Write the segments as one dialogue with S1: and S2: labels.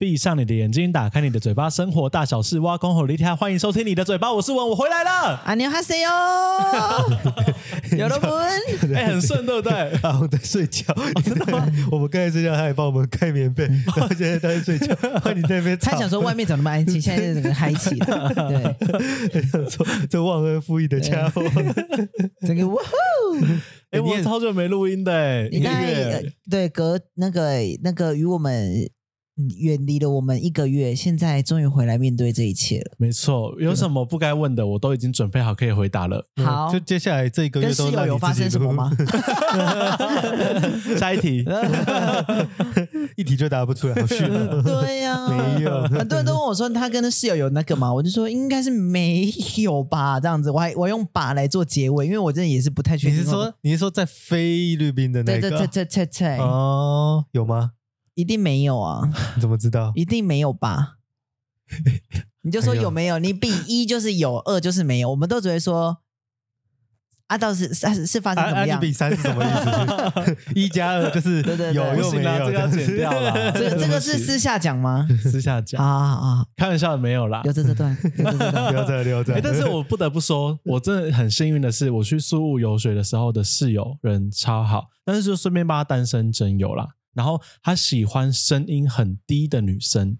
S1: 闭上你的眼睛，打开你的嘴巴，生活大小事，挖空火力跳。欢迎收听你的嘴巴，我是文，我回来 了。
S2: 안녕하세요 有的文，
S1: 哎、很顺，对哦不对？
S3: 然后在睡觉，真的吗？ 我们刚才睡觉，他还帮我们盖棉被， 然后现在他在 睡觉，然后你在那边
S2: 他
S3: 吵
S2: 想说外面怎么那么安静，现在整个嗨起了， 对，
S3: 想说这忘恩负义的家伙，
S2: 整个哇呼！
S1: 哎、我好久没录音的、哎
S2: 你刚才呃对隔那个那个与我们嗯远离了我们一个月，现在终于回来面对这一切了。
S1: 没错，有什么不该问的，我都已经准备好可以回答了。
S2: 好
S3: 就，接下来这一个
S2: 跟
S3: 月
S2: 室
S3: 都
S2: 友
S3: 让
S2: 有
S3: 你
S2: 发
S3: 自
S2: 生
S3: 己
S2: 什么
S3: 录
S2: 吗？？
S1: 下一题，
S3: 一题就答不出来，好逊 哦
S2: 对呀、
S3: 没有
S2: 很多人都问我说他跟室友有那个嘛，我就说应该是没有吧，这样子，我还我用把来做结尾，因为我真的也是不太确
S3: 你
S2: 定。
S3: 是说你是说在菲律宾的那
S2: 对？对对
S3: 个？
S2: 对对对，
S3: 哦，有吗？
S2: 一定没有啊，
S3: 你怎么知道？
S2: 一定没有吧？ 你
S3: 哎
S2: 就说有没有？你比一就是 有，二就是没有，我们都只会说啊，到底是是是发生
S3: 啊
S2: 怎
S3: 啊！
S2: 么
S3: 你
S2: 样？
S3: 比三是什么意思？ 一加二就是
S2: 对对对
S3: 有
S1: 不
S3: 又
S1: 行
S3: 没
S1: 啦，
S3: 有，
S1: 这个要剪掉啦。
S2: 这这个是私下讲吗？
S1: 私下
S2: 啊
S1: 讲，
S2: 啊，好
S1: 开玩笑的没有啦
S2: 留。着这段，留着这 段。
S3: 留着留
S1: 哎、
S3: 着。
S1: 但是 我不得不说，我真的很幸运的是，我去宿务游学的时候的室友人超好，但是就顺便帮他单身真友啦。然后他喜欢声音很低的女生，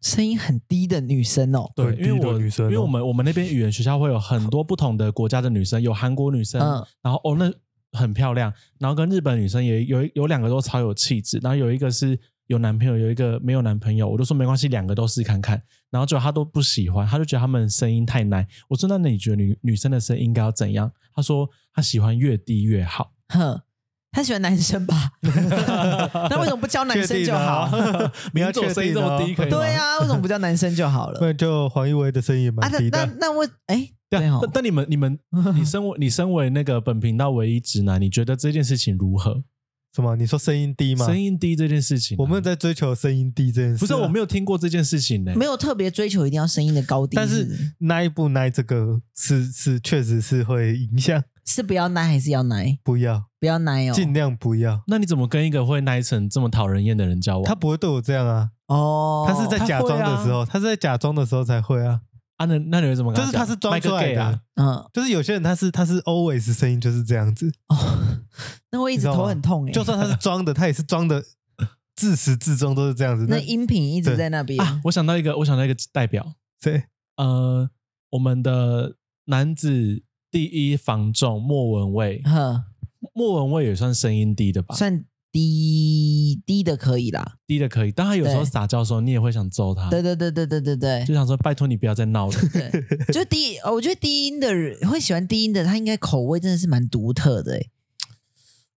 S2: 声音很低的女生哦，
S1: 对，
S3: 很
S1: 因
S3: 低
S1: 为
S3: 的
S1: 我
S3: 女生哦
S1: 因为我们我们那边语言学校会有很多不同的国家的女生，有韩国女生，
S2: 嗯
S1: 然后哦那很漂亮，然后跟日本女生也有有两个都超有气质，然后有一个是有男朋友，有一个没有男朋友，我就说没关系，两个都试看看，然后就他都不喜欢，他就觉得他们声音太奶，我说那你觉得女女生的声音应该要怎样？他说他喜欢越低越好，
S2: 哼，他喜欢男生吧？ 那为什么不教男生就好？
S3: 确 定哦你要
S1: 你
S3: 确
S1: 做声音
S3: 定
S1: 这么低
S3: 哦。
S1: 可以吗？
S2: 对呀、为什么不叫男生就好
S3: 不
S2: 了？
S3: 然就黄奕威的声音也
S2: 啊，
S3: 蛮
S2: 那
S3: 低
S2: 那
S3: 的。
S2: 那我哎，
S1: 对
S2: 对
S1: 啊，
S2: 哦
S1: 但，但你们你们你身为你身为那个本频道唯一直男，你觉得这件事情如何？
S3: 什么？ 你说声音低吗？
S1: 声音低这件事情啊、
S3: 我们在追求声音低这件事啊。
S1: 不是我没有听过这件事情呢、
S2: 没有特别追求一定要声音的高低，
S3: 但
S2: 是不
S3: 是耐不耐这个是是确实是会影响，
S2: 是不要奶还是要奶？
S3: 不要
S2: 不要奶哦，
S3: 尽量不要。
S1: 那你怎么跟一个会奶成这么讨人厌的人交往？
S3: 他不会对我这样啊，
S2: 哦，
S3: 他是在
S1: 他
S3: 假装
S1: 会啊
S3: 的时候，他是在假装的时候才会啊，
S1: 啊，那那你会怎么跟
S3: 就
S1: 讲？
S3: 是他是装
S1: 麦克
S3: 出来
S1: gay 啊
S3: 的。，
S2: 嗯
S3: 就是有些人他是他是 always 声音就是这样子，
S2: 哦，那会一直头很痛哎，
S3: 就算他是装的，他也是装的，自始至终都是这样子。
S2: 那音频一直在那边，
S1: 啊我想到一个，我想到一个代表，
S3: 谁？
S1: 呃，我们的男子第一防重莫文蔚，
S3: 嗯
S2: 呵，
S1: 莫文蔚也算声音低的吧，
S2: 算低低的可以啦，
S1: 低的可以，但他有时候
S2: 对
S1: 撒娇的时候，你也会想揍他，
S2: 对对对对对对对
S1: 就。想说拜托你不要再闹 了。
S2: 对，就低，呃我觉得低音的人会喜欢低音的，他应该口味真的是蛮独特的欸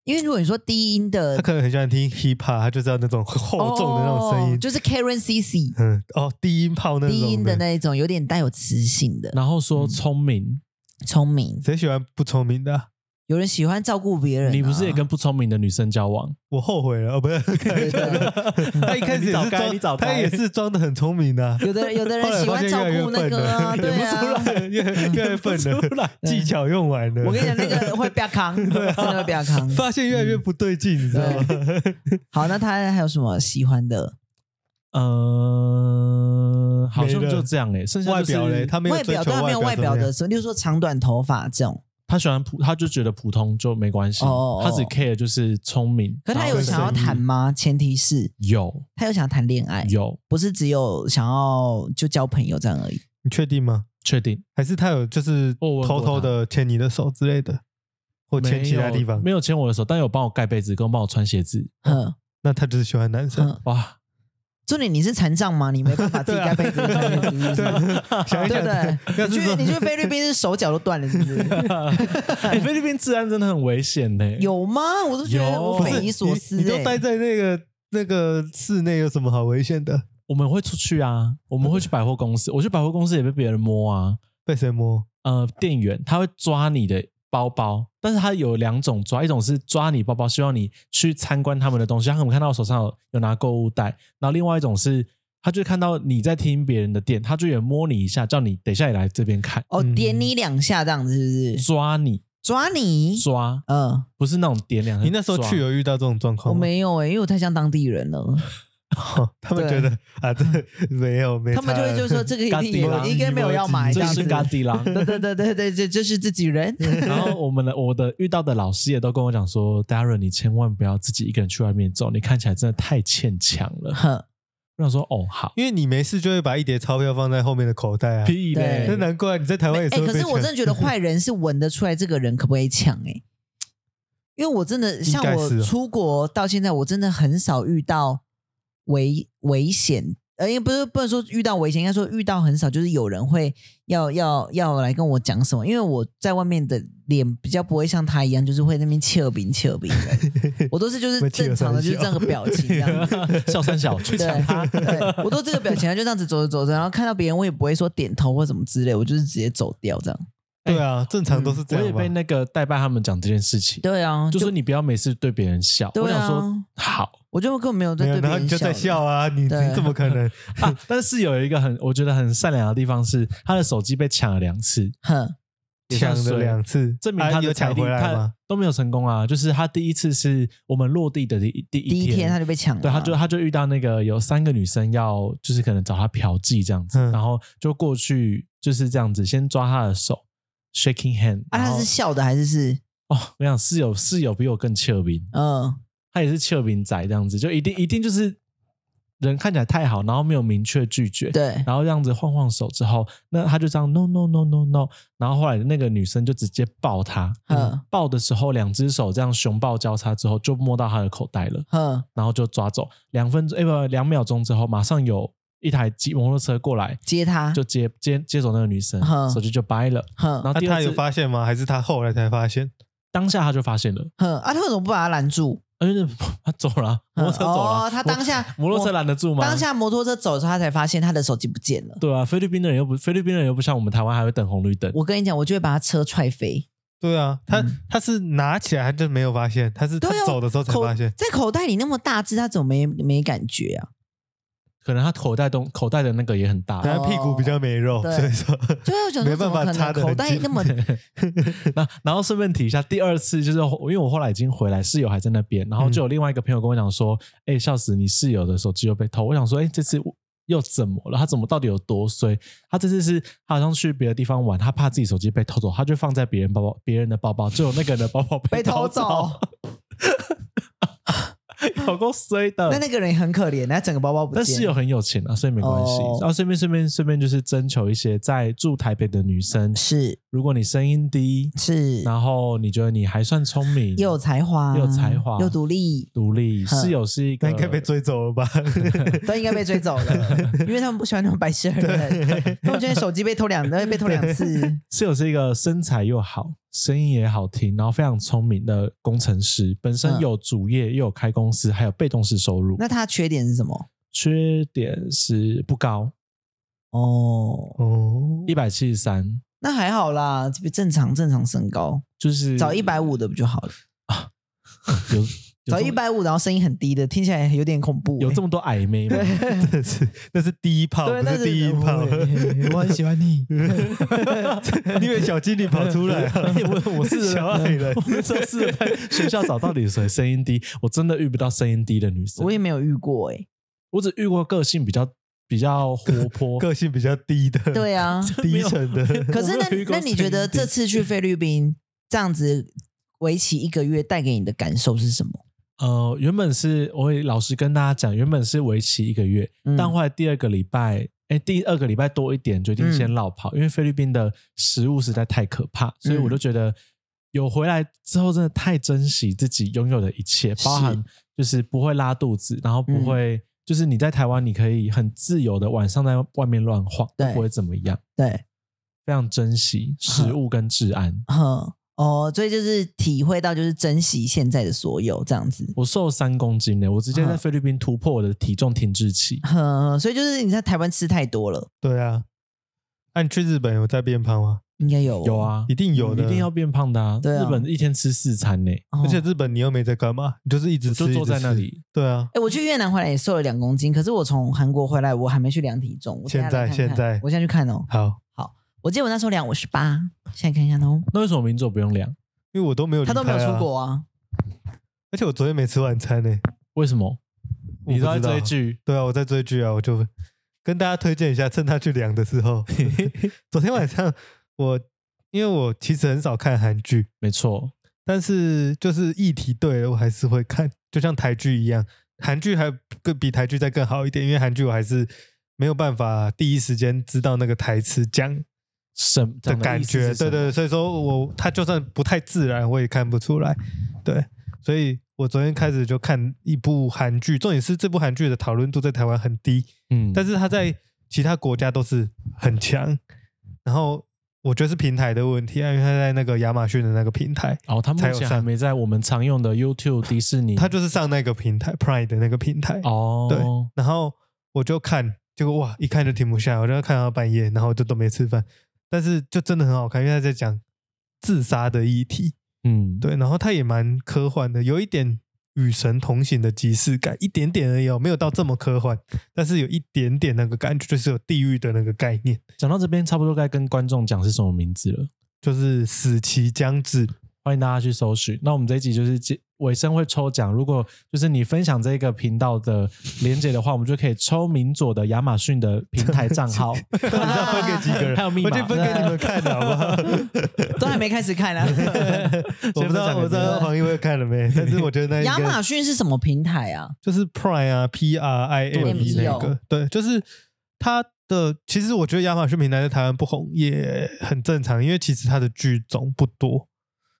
S2: 因为如果你说低音的
S3: 他可能很喜欢听 hip hop，他就知道那种 厚重的那种声
S2: 哦
S3: 音，
S2: 就是 Karen CC
S3: 嗯，哦，低音炮那种
S2: 低音的那一种，有点带有磁性的，
S1: 然后说
S3: 嗯
S1: 聪明，
S2: 聪明。
S3: 谁喜欢不聪明的啊、
S2: 有人喜欢照顾别人啊、
S1: 你不是也跟不聪明的女生交往？
S3: 我后悔了，哦，不是，
S2: 对对
S3: 他一开始
S1: 你
S3: 也
S1: 早
S3: 是
S1: 该你早
S3: 装，
S1: 该
S3: 他也是装的很聪明的、 啊，
S2: 有的有的
S3: 后
S2: 人
S3: 来
S2: 喜
S3: 发
S2: 欢
S3: 现
S2: 照
S3: 越来越
S2: 顾那
S3: 笨
S2: 个啊，
S3: 了，
S2: 对
S3: 演不出
S2: 啊。
S3: 来，越越来越笨
S1: 演不出
S3: 了
S1: 来，
S3: 技巧用完了。
S2: 我跟你讲，那个会不要 扛，真的会不要扛。
S3: 啊发现越来越不对劲，你知 道吗？
S2: 好，那他还有什么喜欢的？
S1: 呃，好像
S3: 没了
S1: 就这样哎、剩下
S3: 外
S1: 就是
S3: 表嘞，他没有
S2: 外
S3: 追
S2: 表
S3: 求
S2: 对啊，没有外
S3: 表
S2: 表
S3: 怎么
S2: 的
S3: 样，
S2: 时候，例如说长短头发这种。
S1: 他喜欢普，他就觉得普通就没关系，
S2: 哦哦哦
S1: 他只 care 就是聪明。
S2: 可是
S1: 然
S2: 他
S1: 后
S2: 有
S1: 跟
S2: 想要
S1: 声音
S2: 谈吗？前提是
S1: 有
S2: 他有想谈恋爱，
S1: 有
S2: 不是只有想要就交朋友这样而已。
S3: 你确定吗？
S1: 确定，
S3: 还是他有就是
S1: 我问过
S3: 偷偷
S1: 他
S3: 的牵你的手之类的，或牵其他地方
S1: 没？有牵我的手，但有帮我盖被子，跟帮我穿鞋子。
S2: 哼
S3: 那他哦就是喜欢男生。
S2: 哼，
S1: 哇，
S2: 重点你是残障吗？你没办法自己盖被子，
S3: 对
S2: 是
S3: 啊
S2: 不 是
S3: 对啊想一
S2: 对
S3: 想
S2: 不对？
S3: 要
S2: 你
S3: 是
S2: 去
S3: 说
S2: 你去菲律宾是手脚都断了，是不是？
S1: 哎菲律宾治安真的很危险呢、
S2: 有吗？我都觉得
S1: 有
S2: 我
S3: 不
S2: 匪
S3: 是
S2: 夷所思
S3: 你你
S2: 欸
S3: 都待在那个那个室内有什么好危险的？
S1: 我们会出去啊，我们会去百货公司，我去百货公司也被别人摸啊。
S3: 被谁摸？
S1: 呃，店员他会抓你的包包，但是他有两种抓，一种是抓你包包，希望你去参观他们的东西，他可能看到我手上有有拿购物袋，然后另外一种是。他就看到你在听别人的店，他就也摸你一下，叫你等一下也来这边看，
S2: 哦，
S3: 嗯
S2: 点你两下这样子是不是？
S1: 抓你
S2: 抓你？
S1: 抓，
S2: 嗯，
S1: 不是那种点两下。
S3: 你那时候去
S1: 抓
S3: 有遇到这种状
S2: 我
S3: 况吗？
S2: 没有哎、因为我太像当地人了，
S3: 哦 他们觉得啊，这没有没差，
S2: 他们就会就说这个
S1: 咖
S2: 一
S1: 喱
S2: 定有，
S1: 啦
S2: 应该没有要买
S1: 啊这
S2: 这样
S1: 是嗯
S2: 子。
S1: 咖喱 啦。
S2: 对对对对对，这就是自己人。
S1: 然后我们的我的遇到的老师也都跟我讲说，Darren，你千万不要自己一个人去外面走，你看起来真的太欠强了。
S2: 哼，
S1: 我想说，哦，好，
S3: 因为你没事就会把一叠钞票放在后面的口袋啊。
S1: 屁 E 嘞
S3: 那！难怪你在台湾
S2: 哎、
S3: 也是会
S2: 可
S3: 被
S2: 是我
S3: 抢
S2: 真的觉得 坏人是闻得出来这个人可不可以抢哎、因为我真的像
S3: 应该
S2: 我
S3: 是哦
S2: 出国到现在，我真的很少遇到危危险，呃，因为不是不能说遇到危险，应该说遇到很少，就是有人会要要要来跟我讲什么，因为我在外面的脸比较不会像他一样，就是会那边切耳饼切耳饼 的，我都是就是
S3: 会切
S2: 正
S3: 耳
S2: 常的，
S3: 三
S2: 就是这样个表情这样子。
S1: 笑三小去抢他，
S2: 对，对我都这个表情，就这样子走着走着，然后看到别人，我也不会说点头或什么之类，我就是直接走掉这样。
S3: 对
S2: 哎
S3: 啊，正常都
S1: 嗯
S3: 是
S1: 我
S3: 这
S1: 也
S3: 样吧
S1: 被。那个代办他们讲这件事情，
S2: 对啊，
S1: 就
S2: 就
S1: 说你不要每次对别人笑。
S2: 对啊
S1: 我想说好
S2: 我就根本没有在
S3: 没有，
S2: 对别
S3: 然后
S2: 人
S3: 你就在
S2: 的
S3: 笑。啊！你你
S2: 对
S3: 怎么可能？
S1: 啊，但是有一个很我觉得很善良的地方是，他的手机被抢了两次，
S2: 哼，
S1: 也
S3: 抢
S1: 像
S3: 了
S1: 水
S3: 两次，
S1: 证明
S3: 啊
S1: 他
S3: 有
S1: 的
S3: 抢
S1: 财力
S3: 回来
S1: 他
S3: 吗？
S1: 都没有成功啊。就是他第一次是我们落地的第一第
S2: 第一
S1: 一
S2: 天啊他就被抢了嘛，
S1: 对，他就他就遇到那个有三个女生要，就是可能找他嫖妓这样子，
S3: 嗯
S1: 然后就过去就是这样子，先抓他的手，shaking hand
S2: 啊，
S1: 然后。
S2: 他是笑的还是是
S1: 哦，我想室友室友比我更俏皮，
S2: 嗯
S1: 他也是俏皮仔这样子，就一定一定就是人看起来太好，然后没有明确拒绝，
S2: 对
S1: 然后这样子晃晃手之后，那他就这样 no no no no no，然后后来那个女生就直接抱他，
S2: 嗯
S1: 抱的时候两只手这样熊抱交叉之后，就摸到他的口袋了。
S2: 哼
S1: 然后就抓走。两分钟，哎、不，两秒钟之后，马上有一台机摩托车过来，
S2: 接他
S1: 就接接接走那个女生
S2: 啊嗯，
S1: 手机就掰了。
S2: 哼
S1: 然后
S3: 那
S1: 第
S3: 啊他
S1: 二
S3: 有
S1: 次，
S3: 发现吗？还是他后来才发现？
S1: 当下他就发现了，
S2: 哼啊，他为什么不把他拦住？
S1: 哎，那 他走了啊，摩托车走了
S2: 哦
S1: 啊。，
S2: 他当下
S1: 摩摩托车拦得住吗？
S2: 当下摩托车走的时候，他才发现他的手机不见 了。
S1: 对啊，菲律宾的人又不菲律宾人又不像我们台湾还会等红绿灯。
S2: 我跟你讲，我就会把他车踹飞。
S3: 对啊，他
S2: 嗯
S3: 他是拿起来他就没有发现，他是他
S2: 对啊
S3: 走的时候才
S2: 口
S3: 发现。
S2: 在口袋里那么大只，他怎么没没感觉啊？
S1: 可能他口袋东口袋的那个也很大
S3: 可，能他屁股比较没肉，
S2: 哦对
S3: 所以说
S2: 就是我想说
S3: 没
S2: 怎
S3: 办法
S2: 么可能
S3: 插得很
S2: 口袋
S3: 近
S2: 那么
S1: 那然后顺便提一下，第二次就是因为我后来已经回来，室友还在那边，
S2: 嗯
S1: 然后就有另外一个朋友跟我讲说：“哎、笑死，你室友的手机又被偷。”我想说：“哎、这次又怎么了？他怎么到底有多衰？他这次是他好像去别的地方玩，他怕自己手机被偷走，他就放在别人包包别人的包包，只有那个人的包包
S2: 被
S1: 偷
S2: 偷走，
S1: 有够衰的。
S2: 那那个人也很可怜，他整个包包不见。
S1: 但室友很有钱啊，所以没关系。
S2: 哦
S1: 然后顺便顺便顺便就是征求一些在住台北的女生，
S2: 是
S1: 如果你声音低，
S2: 是
S1: 然后你觉得你还算聪明，
S2: 又嗯有才华，
S1: 又有才华
S2: 又独立，
S1: 独立，
S2: 哼
S1: 室友是一
S3: 那
S1: 个
S3: 应该被追走了吧？
S2: 都应该被追走了，因为他们不喜欢那种白痴的人。他们觉得手机被偷两，呃被偷两次，
S1: 室友是一个身材又好，声音也好听，然后非常聪明的工程师，本身
S2: 嗯
S1: 有主业，又有开公司，还有被动式收入。
S2: 那他的缺点是什么？
S1: 缺点是不高，
S2: 哦，
S3: 哦，
S1: 一百七十三，
S2: 那还好啦，这边正常正常身高，
S1: 就是
S2: 找一百五的不就好了？
S1: 有
S2: 找一
S1: 有这么
S2: 百五，然后声音很低的，听起来有点恐怖欸。
S1: 有这么多矮妹吗？
S3: 那是那是第一炮，
S2: 对，
S3: 不
S2: 那
S3: 是第一炮。
S2: 我很喜欢你。
S3: 你以为小精灵跑出来 啊？
S1: 我我是嗯
S3: 小矮人
S1: 我那时候是 在学校找到底谁声音低，我真的遇不到声音低的女生
S2: 我，也没有遇过哎、
S1: 我只遇过个性比较比较活 泼，
S3: 个性比较低的，
S2: 对 啊，
S3: 低沉的。
S2: 可是那
S1: 我没有遇过
S2: 那你觉得
S1: 声音低
S2: 这次去菲律宾这样子为期一个月带给你的感受是什么？
S1: 呃，原本是我也老实跟大家讲，原本是为期一个月，
S2: 嗯
S1: 但后来第二个礼拜，哎，第二个礼拜多一点，决定
S2: 嗯
S1: 先绕跑，因为菲律宾的食物实在太可怕，所
S2: 嗯
S1: 以我就觉得有回来之后，真的太珍惜自己拥有的一切，
S2: 是嗯
S1: 包含就是不会拉肚子，然后不会、就是你在台湾，你可以很自由的晚上在外面乱晃，都
S2: 对
S1: 不会怎么样，
S2: 对，
S1: 非常珍惜 食物跟治安。
S2: 哼，哦，所以就是体会到就是珍惜现在的所有这样子，
S1: 我瘦三公斤呢，我直接在
S2: 嗯
S1: 菲律宾突破我的体重停滞期。
S2: 哼，所以就是你在台湾吃太多了，
S3: 啊对啊，那、你去日本有在变胖吗？
S2: 应该有
S1: 有，啊，
S3: 一定有的，
S1: 一定要。变胖的啊！
S2: 对啊
S1: 日本一天吃四餐呢，
S2: 哦
S3: 而且日本你又没在干嘛，你就是一直吃，
S1: 就坐在那
S3: 一直吃。
S1: 里。
S3: 对啊，
S2: 哎，我去越南回来也瘦了两公斤，可是我从韩国回来我还没去量体重。我
S3: 现在
S2: 来看看
S3: 现在
S2: 我现在去看哦，
S3: 好，
S2: 我记得我那时候量我十八，现在看看哦，
S1: 那为什么民族不用量？
S3: 因为我都没有、
S2: 他都没有出，国啊，
S3: 而且我昨天没吃晚餐呢、
S1: 为什么？
S3: 我
S1: 你
S3: 不
S1: 都在
S3: 知道
S1: 追剧，
S3: 对啊，我在追剧啊，我就跟大家推荐一下，趁他去量的时 候。昨天晚上我因为我其实很少看韩剧，
S1: 没错，
S3: 但是就是议题对了，我还是会看，就像台剧一样，韩剧还更比台剧再更好一点，因为韩剧我还是没有办法第一时间知道那个台词讲
S1: 什
S3: 的感觉，对对，对，所以说我他就算不太自然，我也看不出来，对，所以我昨天开始就看一部韩剧，重点是这部韩剧的讨论度在台湾很低，
S1: 嗯，
S3: 但
S1: 是
S3: 是它在其他国家都是很强，然后我觉得是平台的问题啊，因为它在那个亚马逊的那个平台，
S1: 哦，他目
S3: 才有
S1: 前
S3: 上
S1: 还没在我们常用的 YouTube、迪士尼，
S3: 它就是上那个平台 Pride 的那个平台，对
S1: 哦，
S3: 然后我就看，结果哇，一看就停不下来，我就看到半夜，然后就都没吃饭，但是就真的很好看，因为他在讲自杀的议题，
S1: 对，嗯，
S3: 对，然后它也蛮科幻的，有一点与神同行的即视感，一点点而已哦，没有到这么科幻，但是有一点点那个感觉，就是有地狱的那个概念，
S1: 讲到这边，差不多该跟观众讲是什么名字了。
S3: 就是死期将至，
S1: 欢迎大家去搜寻。那我们这一集就是结尾声会抽奖，如果就是你分享这个频道的连接的话，我们就可以抽明佐的亚马逊的平台账 号。
S3: 你知道分给几个人？
S1: 还有密码
S3: 我去分给你们看的好不好？
S2: 都还没开始看啊 呢。
S3: 我不知道，我不知道黄一威看了没，但是我觉得那应
S2: 亚
S3: 该
S2: 马逊是什么平台啊？
S3: 就是 Prime 啊，P R I M E
S2: 对
S3: 那个，对，就是它的。其实我觉得亚马逊平台在台湾不红也很正常，因为其实它的剧种不多。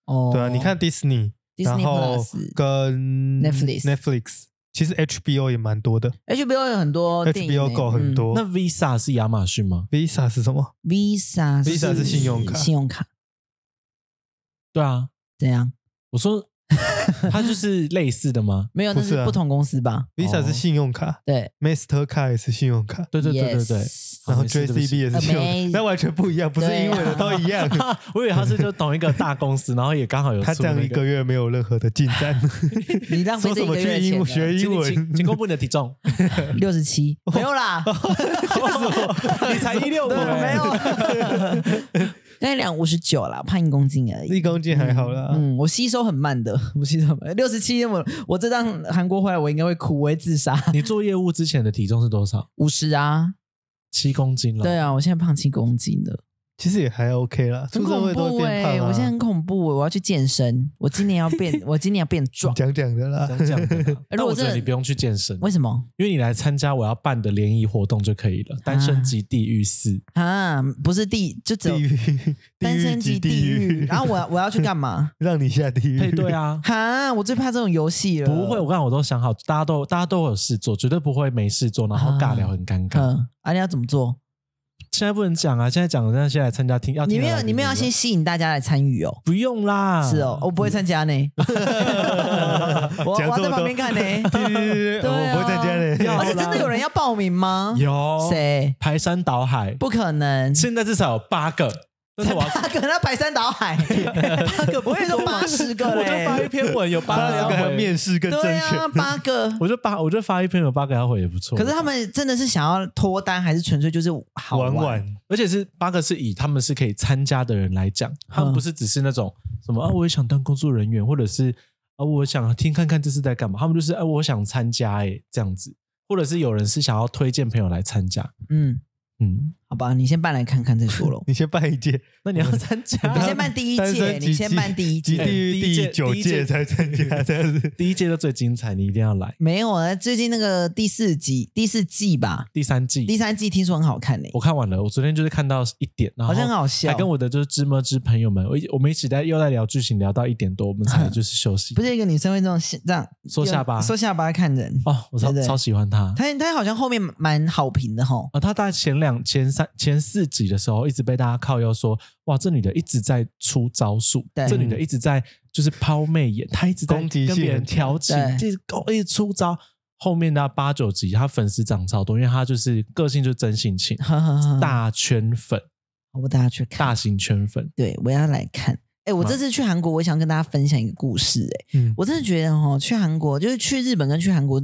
S2: 哦，
S3: 对啊，你看 Disney，然
S2: Disney
S3: 后
S2: Plus
S3: 跟
S2: Netflix
S3: Netflix，其实 HBO 也蛮多的
S2: HBO 有很多哦电影
S3: ，HBO Go 很
S2: 哦
S3: 多。
S1: 那 Visa 是亚马逊吗？
S3: Visa 是什么？
S2: 嗯 Visa
S3: Visa 是信用卡
S2: 信用卡
S1: 对啊，
S2: 怎样？
S1: 我 说它就是类似的吗？
S2: 没有，
S3: 不
S2: 那
S3: 是啊
S2: 是不同公司吧？
S3: Visa 是信用卡
S2: 对，
S3: ，Mastercard 也是信用卡，
S1: 对对对对对。
S2: Yes
S1: 好
S3: 然后
S1: 没事对不起
S3: JCB 也是信用卡
S2: Amazing，
S3: 那完全不一样，不是
S2: 对啊
S3: 英文的都一 样。
S1: 我以为他是就同一个大公司，然后也刚好有
S3: 他
S1: 出
S3: 这样
S1: 那
S3: 一个月没有任何个进展，
S2: 你浪费
S3: 说
S2: 这一
S3: 什
S2: 个
S3: 么
S2: 月
S3: 去
S2: 的钱
S3: 英学
S2: 呢，
S1: 请你
S3: 英哦文
S1: 请，请公布你的体 重，
S2: 六十七没有啦，
S1: 你才一六五，
S2: 对
S3: 哦
S2: 没有， 大概两五十九啦，胖一公斤而已。
S3: 一啊公斤还好啦。
S2: 嗯，我吸收很慢的， 我吸收很慢。六十七，我我这趟韩国回来，我应该会哭，我会自杀。
S1: 你做业务之前的体重是多少？
S2: 五十啊，
S1: 七公
S3: 哦
S1: 斤了。
S2: 对啊，我现在胖七公斤了，
S3: 其实也还 OK 啦，
S2: 很
S3: 出社
S2: 恐
S3: 会都会
S2: 怖
S3: 变
S2: 哎、
S3: 胖啊。
S2: 我现在很恐怖、欸，我要去健身，我今年要 变，我今年要变壮。
S3: 讲讲的啦，
S1: 讲讲的啦。但
S2: 如果
S1: 我觉
S2: 真
S1: 得
S2: 的
S1: 你不用去健身，
S2: 为什么
S1: 因为你来参加我要办的联谊活动就可以了。单身级地狱 四，
S2: 啊？不是地，就只有
S3: 地狱，
S2: 单身
S3: 级
S2: 级地狱。然
S3: 然
S2: 后
S3: 后
S2: 我我要去干嘛？。
S3: 让你下地狱
S1: 配 对，啊
S2: 哈，我最怕这种游戏了。
S1: 不会，我刚刚我都想好，大家都大家都有事做，绝对不会没事做，然
S2: 啊
S1: 后尬聊很尴尬。
S2: 嗯，啊，你要怎么做？
S1: 现在不能讲啊，现在讲的那些来参加听要听
S2: 你
S1: 的啊
S2: 没
S1: 来
S2: 有，
S1: 宾
S2: 你们要
S1: 不
S2: 先吸引大家来参与哦。
S1: 不用啦。
S2: 是哦，我不会参 加呢。我我
S3: 讲
S2: 要
S3: 这
S2: 在
S3: 么
S2: 旁
S3: 多
S2: 边看呢。
S3: 对对对
S2: 对
S3: 我
S2: 啊
S3: 不会在家
S1: 要
S2: 而
S3: 嘞。
S2: 且真的有人要报名吗？
S1: 有
S2: 谁？
S1: 排山倒海，
S2: 不可能，
S1: 现在至少有八个，但
S2: 才
S1: 是我要
S2: 八个，那排山倒海， 八个不会说八十个
S1: 我就发一
S2: 嘞，
S1: 篇文有八
S3: 八
S1: 个
S3: 十
S1: 要
S3: 个还有
S1: 回，
S3: 面试跟甄
S2: 对啊，
S3: 选，
S2: 八个。
S1: 我就八我就发一篇有八个要回也不错。
S2: 可是他们真的是想要脱单，还是纯粹就是好
S3: 玩
S2: 玩？
S3: 玩，。
S1: 而且是八个是以他们是可以参加的人来
S2: 嗯
S1: 讲，他们不是只是那种什么啊，我也想当工作人员，或者是啊，我想听看看这是在干嘛，他们就是哎、啊，我想参加哎、这样子，或者是有人是想要推荐朋友来参加，
S2: 嗯，
S1: 嗯，
S2: 好吧，你先办来看看再说喽
S3: 你先拜一届，
S1: 那你要参加，
S2: 嗯
S1: 啊
S2: 你先办第一
S3: 单
S2: 届，
S3: 身
S2: 你先办第一
S3: 及
S2: 届。
S3: 地狱
S1: 哎第一届
S3: 第九
S1: 第一届
S3: 届才参 加这样子。
S1: 第一届都最精彩，你一定要来，
S2: 没有啊，最近那个第四集、第四季吧，
S1: 第三季，
S2: 第三季听说很好看呢。
S1: 我看完了，我昨天就是看到一点，然后
S2: 好像很好笑
S1: 还跟我的就是知么知朋友们，我一我们一起在又在聊剧情，聊到一点多，我们才就是休息
S2: 不。是有一个女生会这种这样
S1: 缩下巴
S2: 缩下巴看人。
S1: 哦，我超
S2: 对对
S1: 超喜欢他，
S2: 她她好像后面蛮好评 的吼。
S1: 啊，他大概前两、前三、前四集的时候，一直被大家靠腰说，哇，这女的一直在出招数，
S2: 对
S1: 这女的一直在就是抛媚眼，她一直在
S3: 攻击性
S1: 跟别人
S3: 很
S1: 调
S3: 强
S1: 情，
S2: 对
S1: 一直勾，一直出招。后面的八九
S2: 嗯
S1: 集，她粉丝涨超多，因为她就是个性就是真性情，
S2: 呵呵呵
S1: 大圈粉，
S2: 好不大家去看
S1: 大。型圈粉，
S2: 对，我要来看。哎，我这次去韩国，我想跟大家分享一个故事、哎，
S3: 嗯，
S2: 我真的觉得哦，去韩国就是去日本跟去韩国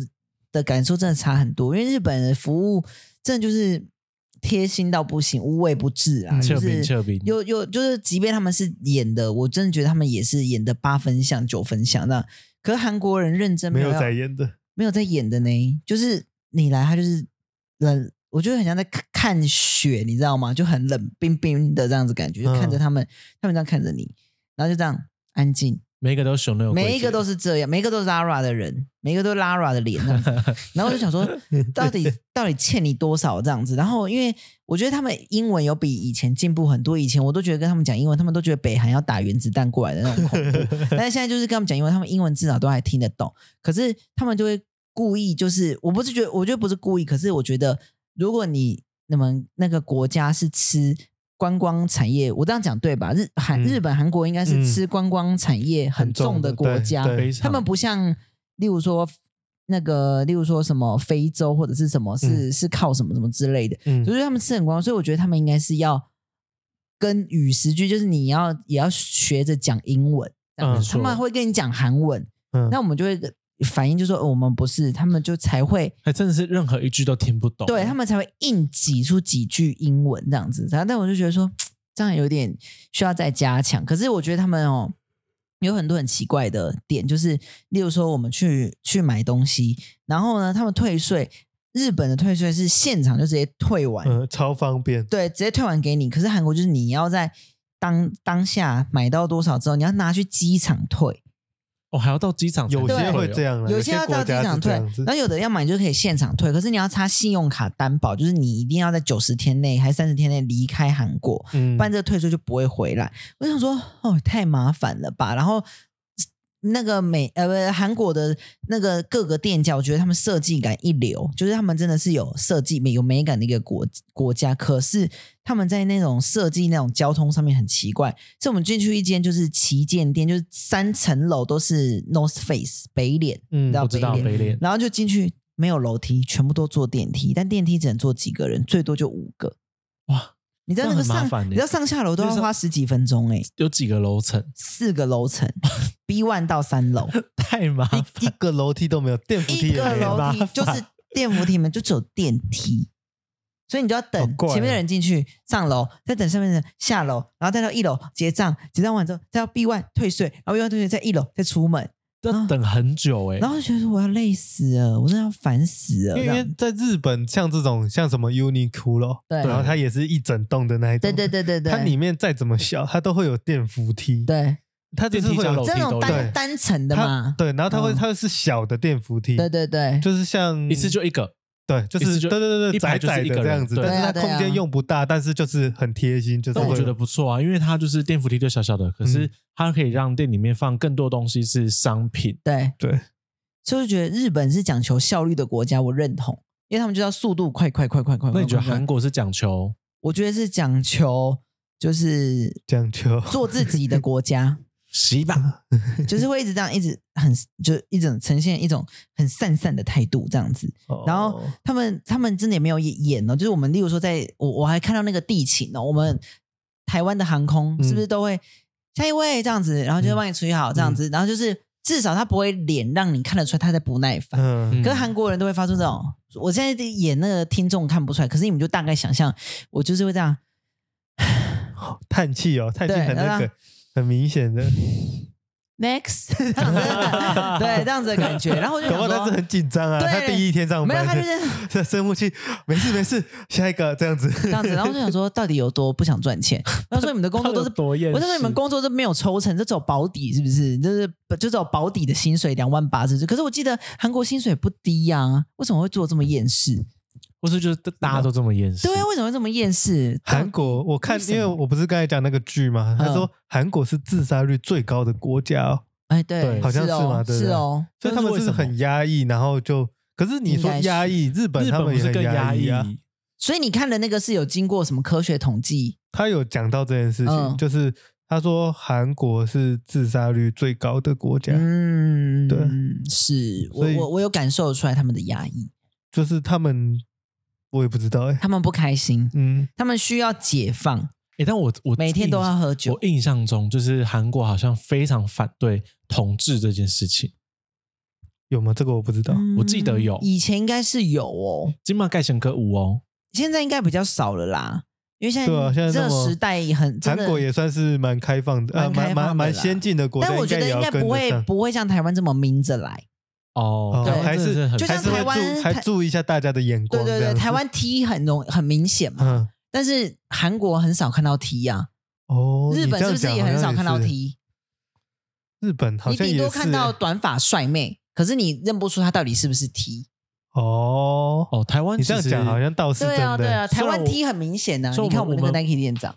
S2: 的感受真的差很多，因为日本的服务真的就是贴心到不行，无微不至啊，
S3: 嗯
S2: 就
S1: 切饼
S2: 是
S1: 切饼，
S2: 有有就是，即便他们是演的，我真的觉得他们也是演的八分像九分像那。可是韩国人认真
S3: 没
S2: 没有
S3: 有
S2: 要
S3: 在演的，
S2: 没有在演的呢，就是你来他就是冷，我觉得很像在看看雪，你知道吗？就很冷冰冰的这样子感觉，就
S3: 嗯
S2: 看着他们，他们这样看着你，然后就这样安静，
S1: 每一个都熊那有
S2: 每一个都
S1: 是
S2: 是这样，每一个都是 Lara 的人，每一个都是 Lara 的脸这 样子然后我就想说，到底到底欠你多少这样子？然后因为我觉得他们英文有比以前进步很多，以前我都觉得跟他们讲英文，他们都觉得北韩要打原子弹过来的那种恐 怖，但是现在就是跟他们讲英文，他们英文至少都还听得懂，可是他们就会故意，就是我不是觉得，我觉得不是故意，可是我觉得如果你你们那个国家是吃。观光产业，我这样讲对吧？日韩、
S3: 嗯
S2: 日本、韩国应该
S3: 嗯
S2: 是吃观光产业很
S3: 很重
S2: 重的
S3: 的
S2: 国
S3: 对
S2: 家，
S3: 对
S1: 非常
S2: 他们不像，例如说那个，例如说什么非洲或者是什么，是、是靠什么什么之类的，
S3: 嗯
S2: 就是他们吃很光，所以我觉得他们应该是要跟与时俱，就是你要也要学着讲英文，这样
S3: 嗯
S2: 子他们
S1: 是
S2: 会跟你讲韩文，
S3: 嗯
S2: 那我们就会反应就说、哦我们不是，他们就才会。
S1: 还真的是任何一句都听不懂，
S2: 对他们才会硬挤出几句英文这样子。然后，但我就觉得说，这样有点需要再加强。可是我觉得他们哦，有很多很奇怪的点，就是例如说我们去去买东西，然后呢，他们退税，日本的退税是现场就直接退完，
S3: 嗯，超方便，
S1: 啊
S2: 对，直接退完给你。可是韩国就是你要在当当下买到多少之后，你要拿去机场退。
S1: 哦，还要到机场才
S3: 有些
S2: 对
S3: 会这
S1: 样，
S3: 样啦，
S2: 有些
S3: 些
S2: 要到
S3: 国
S2: 机
S3: 家
S2: 场
S3: 是这
S2: 退，
S3: 样子
S2: 然后，有的要买就可以现场退，可是你要插信用卡担保，就是你一定要在九十天内还三十天内离开韩国，
S3: 嗯
S2: 不然这个退税就不会回来。我想说，哦，太麻烦了吧。然后那个美呃不韩国的那个各个店家，我觉得他们设计感一流，就是他们真的是有设计美有美感的一个国国家。可是他们在那种设计那种交通上面很奇怪，是我们进去一间就是旗舰店，就是三层楼都是 North Face 北脸。
S3: 嗯
S2: 知道
S1: 我知道
S2: 北
S1: 北脸
S2: 然后就进去，没有楼梯，全部都坐电梯，但电梯只能坐几个人，最多就五个。
S1: 哇，
S2: 你知道那
S1: 这样
S2: 个
S1: 很麻
S2: 上，
S1: 烦欸
S2: 你知道上下楼都要花十几分钟哎、
S1: 有几个楼层，
S2: 四个楼层，B one 到三楼，
S1: 太麻烦，
S3: 一个楼梯都没有，电扶梯
S2: 一
S3: 也
S2: 个
S3: 没有，
S2: 楼梯就是电扶梯门，就只有电梯，所以你就要
S3: 好
S2: 等
S3: 怪哦
S2: 前面的人进去上楼，再等上面的人下楼，然后再到一楼结账，结账完之后再到 B one 退税，然后 B one 退税在一楼再出门，
S1: 要等很久哎
S2: 啊然，后就觉得我要累死了，我真的要烦死了。
S3: 因为
S2: 这
S3: 因
S2: 样
S3: 为在日本，像这种像什么 Uniqlo，
S2: 对
S3: 然后它也是一整栋的那一种，
S2: 对对对对对，
S3: 它里面再怎么小，它都会有电扶梯，
S2: 对。
S3: 它就是
S1: 电梯
S3: 会
S1: 加
S3: 有
S1: 楼梯
S2: 这种
S1: 都
S3: 有
S2: 单单层的
S3: 它
S2: 嘛，
S3: 对，然后它会
S2: 嗯
S3: 它是小的电扶梯，
S2: 对对对，
S3: 就是像
S2: 嗯
S1: 一次就一个，
S3: 对，就
S1: 一次
S3: 是
S1: 就
S3: 对对对
S1: 一
S3: 对，
S1: 排
S3: 窄
S1: 就是
S3: 窄
S1: 一
S3: 的
S1: 个人
S3: 这样子，
S1: 对
S3: 但
S2: 对
S3: 是
S2: 啊
S3: 它
S2: 对
S3: 空
S2: 啊
S3: 间用不大，但是就是很贴心，就是
S1: 但我
S3: 会
S1: 觉得不错啊，因为它就是电扶梯就小小的，可是
S3: 嗯
S1: 它可以让店里面放更多东西是商品，
S2: 对，
S3: 对，
S2: 所以我觉得日本是讲求效率的国家，我认同，因为他们就要速度快快快快快。
S1: 那你觉得
S2: 快快快
S1: 韩？国是讲求
S2: 我觉得是讲求就是
S3: 讲究
S2: 做自己的国 家，
S1: 洗 吧？
S2: 就是会一直这样，一直很就一种呈现一种很散散的态度这样子。 然后
S3: 哦
S2: 他们他们真的也没有演哦，就是我们例如说在，我我还看到那个地勤哦，我们台湾的航空
S3: 嗯
S2: 是不是都会、下一位这样子，然后就会帮你处理好这样子，然后就是至少他不会脸让你看得出来他在不耐烦。
S3: 嗯
S2: 可是韩国人都会发出这种，我现在演那个听众看不出来，可是你们就大概想象，我就是会这样，
S3: 叹气哦，叹气
S2: 对
S3: 很那
S2: 然
S3: 个很明 显的，
S2: next 这 样子，对，这样子的感觉。然后我就
S3: 搞
S2: 想
S3: 不好他是
S2: 说，
S3: 很紧张啊，
S2: 对
S3: 他第一天上
S2: 没有，他
S3: 班，
S2: 就是
S3: 在 深呼气，没事没事，下一个这样子，
S2: 这样子。然后我就想 说，到底有多不想赚钱？然后说你们的工作都是
S1: 多厌世，
S2: 我就说你们工作都没有抽成，这走保底是不是？就是就走保底的薪水两万八，是不是？可是我记得韩国薪水不低呀、为什么会做这么厌世？
S1: 或是就是大家都这么厌世，
S2: 对啊，为什么会这么厌世？
S3: 韩国，我看，
S2: 为什
S3: 因
S2: 么
S3: 为我不是刚才讲那个剧嘛，他
S2: 嗯
S3: 说韩国是自杀率最高的国家、哦，
S2: 哎，对，
S1: 对
S3: 好像
S2: 是
S3: 是嘛
S2: 哦，
S3: 对不对
S2: 哦，
S3: 所以他
S1: 但是
S3: 们
S1: 为
S3: 是
S1: 什么
S3: 很压抑，然后就，可是你说
S2: 应该是
S3: 压抑，日本
S1: 日
S3: 他
S1: 本
S3: 们
S1: 不
S3: 也
S1: 是
S3: 很
S1: 更
S3: 压
S1: 压抑
S3: 啊。？
S2: 所以你看的那个是有经过什么科学统计？
S3: 他有讲到这件事情，
S2: 嗯
S3: 就是他说韩国是自杀率最高的国家，
S2: 嗯，
S3: 啊对，啊
S2: 是我
S3: 所以
S2: 我我有感受出来他们的压抑，
S3: 就是他们，我也不知道哎、
S2: 他们不开心，
S3: 嗯，
S2: 他们需要解放，
S1: 诶但我我
S2: 每天都
S1: 印
S2: 要喝酒
S1: 我。印象中就是韩国好像非常反对同志这件事情。
S3: 有吗？这个我不知道。
S1: 我记得有
S2: 嗯以前应该是有哦，
S1: 金马盖成歌舞哦，
S2: 现在应该比较少了啦，因为现
S3: 对啊现在
S2: 这
S3: 这么
S2: 时代也很真
S3: 韩
S2: 的
S3: 国也算是蛮开放的，呃，
S2: 蛮
S3: 蛮
S2: 开放的
S3: 蛮蛮
S2: 啦
S3: 先进的国家，
S2: 但我觉得
S3: 也
S2: 应
S3: 要
S2: 该
S3: 跟
S2: 不
S3: 得
S2: 会
S3: 上。
S2: 不会像台湾这么明着来。
S1: 哦，
S2: 对
S1: 台湾
S3: 还
S1: 真的
S3: 是
S1: 很
S2: 就像
S3: 还是
S2: 台
S3: 会
S2: 湾
S3: 注
S2: 台
S3: 还注意一下大家的眼
S2: 对
S3: 光。
S2: 对
S3: 这
S2: 对，
S3: 样子
S2: 台湾 T 很容很明显嘛，
S3: 嗯
S2: 但是韩国很少看到 T 啊，
S3: 哦，
S2: 日
S3: 你
S2: 本
S3: 这
S2: 是
S3: 样
S2: 不是
S3: 讲
S2: 也
S3: 好
S2: 很
S3: 像
S2: 少看到
S3: 是
S2: T？
S3: 日本好
S2: 你
S3: 像
S2: 顶
S3: 也
S2: 多
S3: 是
S2: 看到
S3: 欸
S2: 短发帅妹，可是你认不出她到底是不是 T。
S3: 哦。
S1: 哦，台湾
S3: 你这样
S1: 其实
S3: 讲好像倒是
S2: 对
S3: 真
S2: 啊，
S3: 的。欸
S2: 对啊，台
S1: 虽然
S2: 湾
S1: 我
S2: T 很明显呐、啊，
S1: 所以
S2: 你看
S1: 我
S2: 我
S1: 们
S2: 们那个 Nike 店长，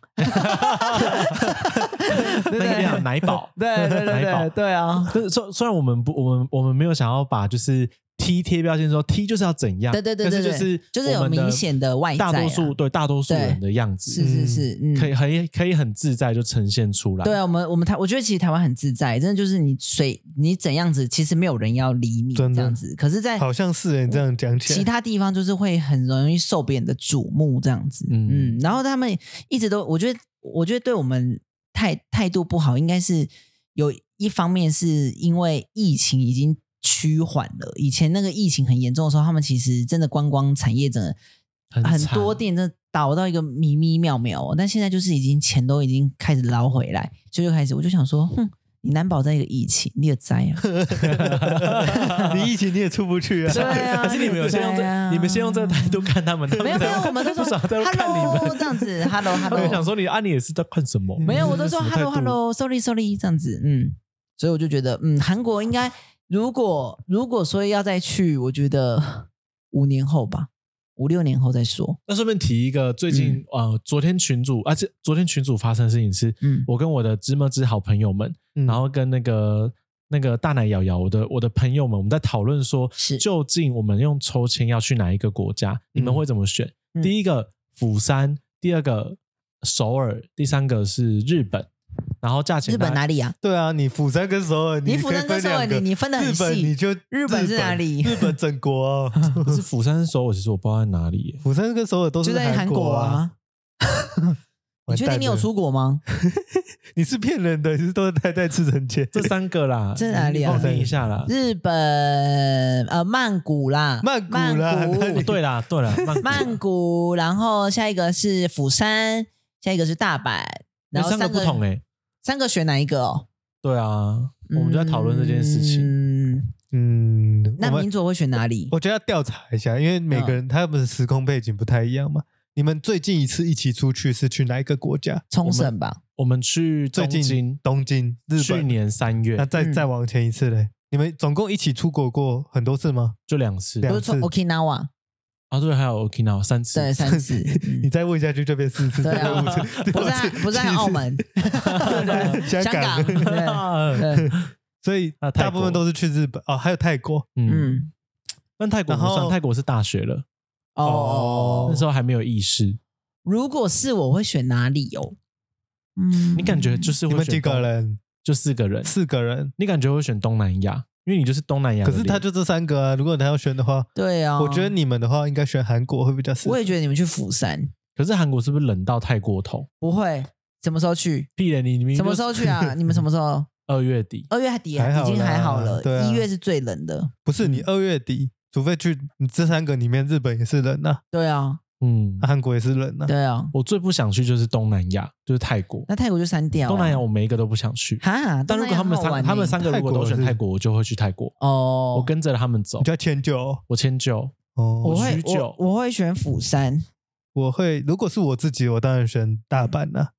S1: 那
S2: 啊
S1: 个店叫奶宝，
S2: 对 对对
S1: 奶
S2: 对
S1: 宝。
S2: 对啊，
S1: 但是虽虽然我们不，我们我们没有想要把就是 T 贴标签说 T 就是要怎样，
S2: 对对对
S1: 但是
S2: 对
S1: 就
S2: 对
S1: 是
S2: 就是有
S1: 我们
S2: 明显的外在啊
S1: 大多数对大多数人的样子，
S2: 是是是，嗯，
S1: 可以很可以很自在就呈现出来。
S2: 对啊，我们我们台，我觉得其实台湾很自在，真的就是你随你怎样子，其实没有人要理你这
S3: 真的
S2: 样子。可是，在
S3: 好像是欸你这样讲起来，
S2: 其他地方就是会很容易受别人的瞩目这样子，
S1: 嗯
S2: 嗯然后他们一直都，我觉得，我觉得对我们态态度不好，应该是有一方面是因为疫情已经趋缓了，以前那个疫情很严重的时候，他们其实真的观光产业整个
S1: 很
S2: 很
S1: 惨
S2: 多店真的倒到一个迷迷妙妙哦，但现在就是已经钱都已经开始捞回来，所以就开始我就想说，哼，你难保在一个疫情，你也栽 啊，
S3: 你疫情你也出不去啊。
S2: 对啊
S1: 还是你们有先用
S2: 对啊
S1: 这，你们先用这个态度看他们，他们
S2: 没有没有，
S1: 才
S2: 我们都说
S1: 不爽在看你
S2: hello
S1: 们
S2: 这样子，hello
S1: 他们想
S2: hello，
S1: 说你啊，你也是在看什么？
S3: 嗯
S2: 没有，我都说
S1: 什么态度
S2: hello hello sorry sorry 这样子，嗯，所以我就觉得，嗯，韩国应该如果如果说要再去，我觉得五年后吧，五六年后再说，
S1: 那顺便提一个，最近、呃，昨天群主，而、啊、且昨天群主发生的事情是，
S2: 嗯
S1: 我跟我的芝麻芝好朋友们，
S3: 嗯
S1: 然后跟那个那个大奶瑶瑶，我的我的朋友们，我们在讨论说，
S2: 是
S1: 究竟我们用抽签要去哪一个国家？你们会怎么选？
S2: 嗯
S1: 第一个釜山，第二个首尔，第三个是日本，然后价钱
S2: 日本
S1: 大概
S2: 哪里啊？
S3: 对啊，你釜山跟首尔，
S2: 你
S3: 可以
S2: 釜山跟
S3: 分
S2: 首尔
S3: 两个
S2: 你你分得很
S3: 日本
S2: 细
S3: 你就
S2: 日本是哪里
S3: 日本整国 哦。
S1: 不是釜山首尔，其实我不知道在哪里耶。
S3: 釜山跟首尔都
S2: 就是在韩
S3: 国
S2: 国
S3: 啊。
S2: 啊。你确定你有
S3: 完蛋了
S2: 出国吗？
S3: 你是骗人的，你是都待在赤城街。
S1: 这三个啦，
S2: 这哪里啊
S1: 你听一下啦。
S2: 日本呃曼谷啦，
S3: 曼谷啦那
S1: 哦
S3: 你
S1: 对啦，对啦，曼
S2: 曼谷，然后下一个是釜山，下一个是大阪，然后
S1: 那三个
S2: 个
S1: 不同哎、
S2: 三个选哪一个哦？
S1: 对啊，我们就在讨论这件事情。
S2: 嗯，
S3: 嗯，
S2: 那
S3: 我们
S2: 民佐会选哪里？
S3: 我觉得要调查一下，因为每个
S1: 嗯
S3: 人他们的时空背景不太一样嘛。你们最近一次一起出去是去哪一个国家？
S2: 冲绳吧，
S1: 我们去东
S3: 最近
S1: 京，
S3: 东京、日
S1: 去
S3: 本。
S1: 年三月
S3: 那再
S2: 嗯
S3: 再往前一次嘞，你们总共一起出国过很多次吗？
S1: 就两次，
S3: 两
S2: 不
S1: 啊
S2: 是冲
S3: 次
S2: Okinawa，
S1: 对，还有 Okinawa 三次，
S2: 对，三 次，
S3: 你
S2: 嗯
S3: 再问下去就变四次，
S2: 对
S3: 再
S2: 啊
S3: 问五次，第
S2: 不
S3: 六
S2: 是
S3: 次
S2: 在不是在
S3: 第七次
S2: 澳门，
S3: 香港
S2: 港，对
S1: 啊
S2: 对，
S3: 所以
S1: 那啊泰国
S3: 大部分都是去日本哦，还有泰国。
S1: 嗯，
S2: 嗯，
S1: 但泰国不
S3: 然
S1: 算，
S3: 后
S1: 泰国是大学了，
S2: 哦哦，
S1: 那
S2: 哦
S1: 时候还没有意识。
S2: 如果是我会选哪里哦？嗯，
S1: 你感觉就是
S3: 你
S1: 会
S3: 们
S1: 选
S3: 几个
S1: 东？
S3: 人？
S1: 就四个人。
S3: 四个人。
S1: 你感觉会选东南亚，因为你就是东南亚的
S3: 可
S1: 脸。
S3: 是他就这三个啊，如果他要选的话，
S2: 对啊，
S3: 我觉
S1: 嗯
S3: 得你们的话应该选韩国会比较适合
S2: 我。也觉得你们去釜山
S1: 可是韩国是不是冷到太过头？
S2: 不会，什么时候去？
S1: 屁嘞，你你明明
S2: 什
S1: 就
S2: 么时候 去啊？你们什么时候？
S1: 二月底，
S2: 二月底
S3: 还好
S2: 啊
S3: 啦
S2: 已经还好了，
S3: 对啊
S2: 一月是最冷的。
S3: 不是
S1: 嗯
S3: 你二月底，除非去你这三个里面，日本也是人呐、
S2: 对啊，
S1: 嗯
S3: 啊，，韩国也是人呐、啊。
S2: 对啊。
S1: 我最不想去就是东南亚，就是泰国。
S2: 那泰国就删掉啊。
S1: 东南亚我每一个都不想去。
S2: 哈，
S1: 但如果他们
S2: 东南亚
S1: 三
S2: 很好玩
S1: 他们
S2: 欸
S1: 三个如果都选泰国，我就会去泰国，
S2: 哦，
S1: 我跟着他们走
S3: 你，就要迁就哦。
S1: 我迁就。
S3: 哦
S2: 我
S1: 我
S2: 会
S1: 许久
S2: 我我会选釜山，
S3: 我会，如果是我自己，我当然选大阪啦、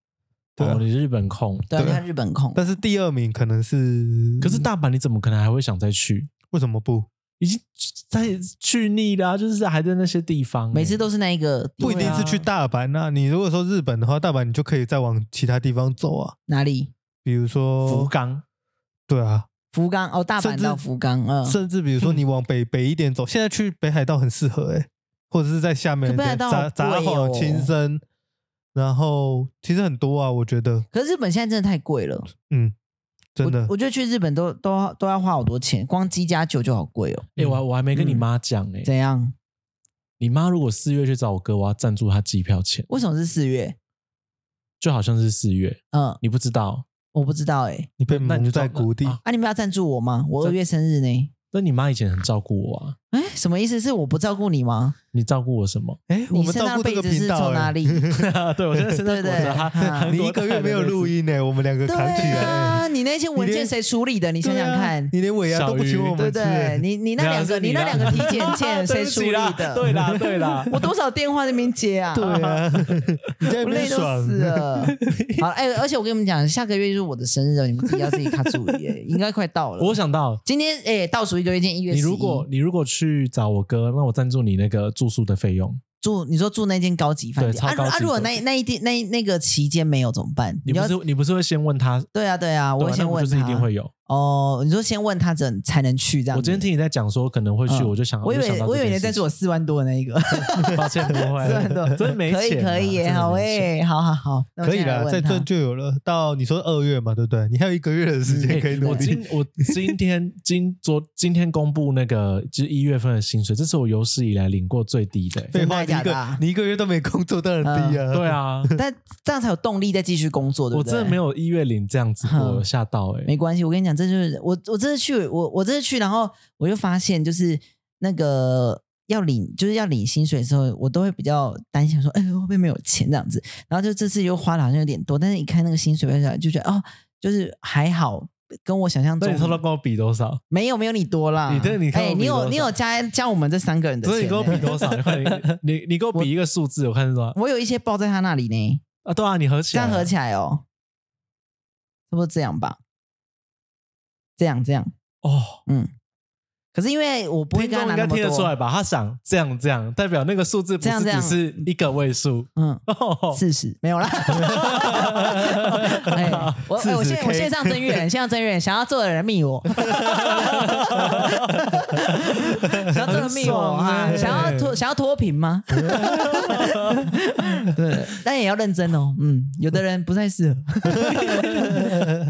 S3: 对啊
S1: 哦，你是日本控，
S2: 对啊，嗯
S3: 对
S2: 你看日本控，
S3: 但是第二名可能是，
S1: 可是大阪你怎么可能还会想再去？
S3: 为什么不？
S1: 已经在去腻了啊、就是还在那些地方欸、
S2: 每次都是那一个，
S3: 不一定是去
S2: 对啊
S3: 大阪呐、你如果说日本的话，大阪你就可以再往其他地方走啊，
S2: 哪里？
S3: 比如说
S1: 福，
S2: 哦
S1: 冈，
S3: 对啊，
S2: 福冈哦，大阪到福冈，嗯，
S3: 甚至比如说你往北、北一点走，现在去北海道很适合哎、或者是在下面
S2: 可北海道
S3: 札
S2: 好
S3: 札
S2: 贵
S3: 幌、
S2: 哦
S3: 青森，然后其实很多啊，我觉得，
S2: 可是日本现在真的太贵了，
S3: 嗯，真的
S2: 我，我觉得去日本都都都要花好多钱，光机加酒就好贵哦。
S1: 哎、我我还没跟你
S2: 嗯
S1: 妈讲哎、
S2: 怎样？
S1: 你妈如果四月去找我哥，我要赞助她机票钱。
S2: 为什么是四月？
S1: 就好像是四月，
S2: 嗯，
S1: 你不知道，
S2: 我不知道哎、
S3: 你被
S1: 那你
S3: 蒙
S1: 就
S3: 在
S1: 照
S3: 鼓底。
S1: 啊
S2: 啊，你们要赞助我吗？我二月生日呢？
S1: 那你妈以前很照顾我啊，
S2: 哎，什么意思？是我不照顾你吗？
S1: 你照顾我什么？
S3: 哎，我
S2: 你
S3: 们
S2: 身
S3: 照
S2: 上
S3: 顾
S2: 的
S3: 这
S2: 被
S3: 个
S2: 子
S3: 频
S2: 是
S3: 道
S2: 从哪
S3: 哎，
S2: 里？
S1: 对，我现在身上
S2: 对
S1: 裹着 她，
S2: 对
S1: 韩
S3: 你
S1: 国
S3: 一个
S1: 带
S3: 月
S1: 的
S3: 没有
S1: 那
S3: 录
S1: 只
S3: 音呢，我们两个
S2: 对
S3: 扛起来。
S2: 啊，你那些文件谁处理的？你
S3: 你啊
S2: 想想看，
S3: 你连尾牙
S1: 小
S3: 都不请
S1: 鱼
S2: 对
S3: 我们
S2: 不
S3: 吃，哎
S2: 对？你你那
S1: 没有
S2: 两个，
S1: 是
S2: 你
S1: 你
S2: 那
S1: 啦
S2: 两个体检
S1: 对
S2: 件谁
S1: 不
S2: 处
S1: 起
S2: 理
S1: 啦
S2: 的？
S1: 对啦，对啦，
S2: 我多少电话在那边接啊？
S3: 对啊， 你在那
S2: 我累
S3: 边
S2: 都死
S3: 爽，
S2: 了。好，哎、而且我跟你们讲，下个月就是我的生日了，你们自己要自己卡注意，哎 应该快到了。
S1: 我想到。
S2: 今天哎、倒数一个月，今天一月11。
S1: 你如果你如果去找我哥，那我赞助你那个住宿的费用，
S2: 住，你说住那间高级饭
S1: 对
S2: 店，
S1: 超
S2: 啊
S1: 高级
S2: 啊，如果
S1: 的
S2: 那那一天那那个期间没有怎么办？
S1: 你不
S2: 要
S1: 是你不是会先问他？
S2: 对啊对啊，我
S1: 对
S2: 会
S1: 啊
S2: 先
S1: 那
S2: 问
S1: 就是
S2: 他。
S1: 一定会有。
S2: 哦，你说先问他怎才能去这样
S1: 我
S2: 子？
S1: 今天听你在讲说可能会去，
S2: 嗯
S1: 我就想，
S2: 我以
S1: 就想
S2: 为
S1: 到
S2: 我以
S1: 这
S2: 为
S1: 件
S2: 你在
S1: 事
S2: 做我四万多的那一个，
S1: 情， 抱歉不
S2: 四万 多
S1: 会，真没
S2: 可以
S1: 钱啊，
S2: 可以耶，
S1: 真的
S2: 好
S1: 没钱
S2: 哎，好好好，那我
S3: 可以
S2: 现在来
S3: 啦，
S2: 问
S3: 再
S2: 他
S3: 赚就有了。到你说二月嘛，对不对？你还有一个月的时间可以
S1: 欸
S3: 努
S1: 我
S3: 力
S1: 今。我今天今昨今天公布那个就是一月份的薪水，这是我有史以来领过最低 的、欸。
S2: 真
S3: 废
S2: 的
S3: 话，你一
S2: 假的
S3: 个
S2: 啊嗯
S3: 你一个月都没工作，当然低啊。
S1: 对，啊，
S2: 但这样才有动力再继续工作，对
S1: 我
S2: 不对？
S1: 真的没有一月领这样子过，
S2: 哼
S1: 我吓到哎、
S2: 没关系，我跟你讲，这就是我我这次去，我我这次去，然后我就发现，就是那个要领，就是要领薪水的时候，我都会比较担心，说，哎、会不会没有钱这样子？然后就这次又花的好像有点多，但是一看那个薪水表下来，就觉得哦，就是还好，跟我想象
S1: 那
S2: 中
S1: 你偷偷跟我比多少？
S2: 没有没有你多啦。
S1: 你这你看
S2: 哎、
S1: 我比
S2: 你
S1: 多少
S2: 有你有加加我们这三个人的
S1: 不是你
S2: 钱、
S1: 跟我比
S2: 欸，
S1: 多少？你快点，你你给我比一个数字，我看是多少
S2: 我有一些报在他那里呢，
S1: 啊？对啊，你合起
S2: 这
S1: 来，
S2: 样合起来哦，差不多这样吧，这样这样。
S1: 哦，
S2: 嗯，可是因为我不会
S1: 听
S2: 跟
S1: 众
S2: 他拿
S1: 应
S2: 那
S1: 该
S2: 么
S1: 听得出来
S2: 多，
S1: 吧？他想这样这样，代表那个数字不
S2: 这样
S1: 是
S2: 这
S1: 只
S2: 样
S1: 是一个位 数。
S2: 嗯，
S1: 哦
S2: 四十没 有啦。哎，我哎我现在
S3: 40K
S2: 我线上增月， 线上增月，想要做的人密我，想要做的人密我啊，
S1: 很爽欸
S2: 想要脱想要脱贫 吗？对，但也要认真哦。嗯，有的人不太适合，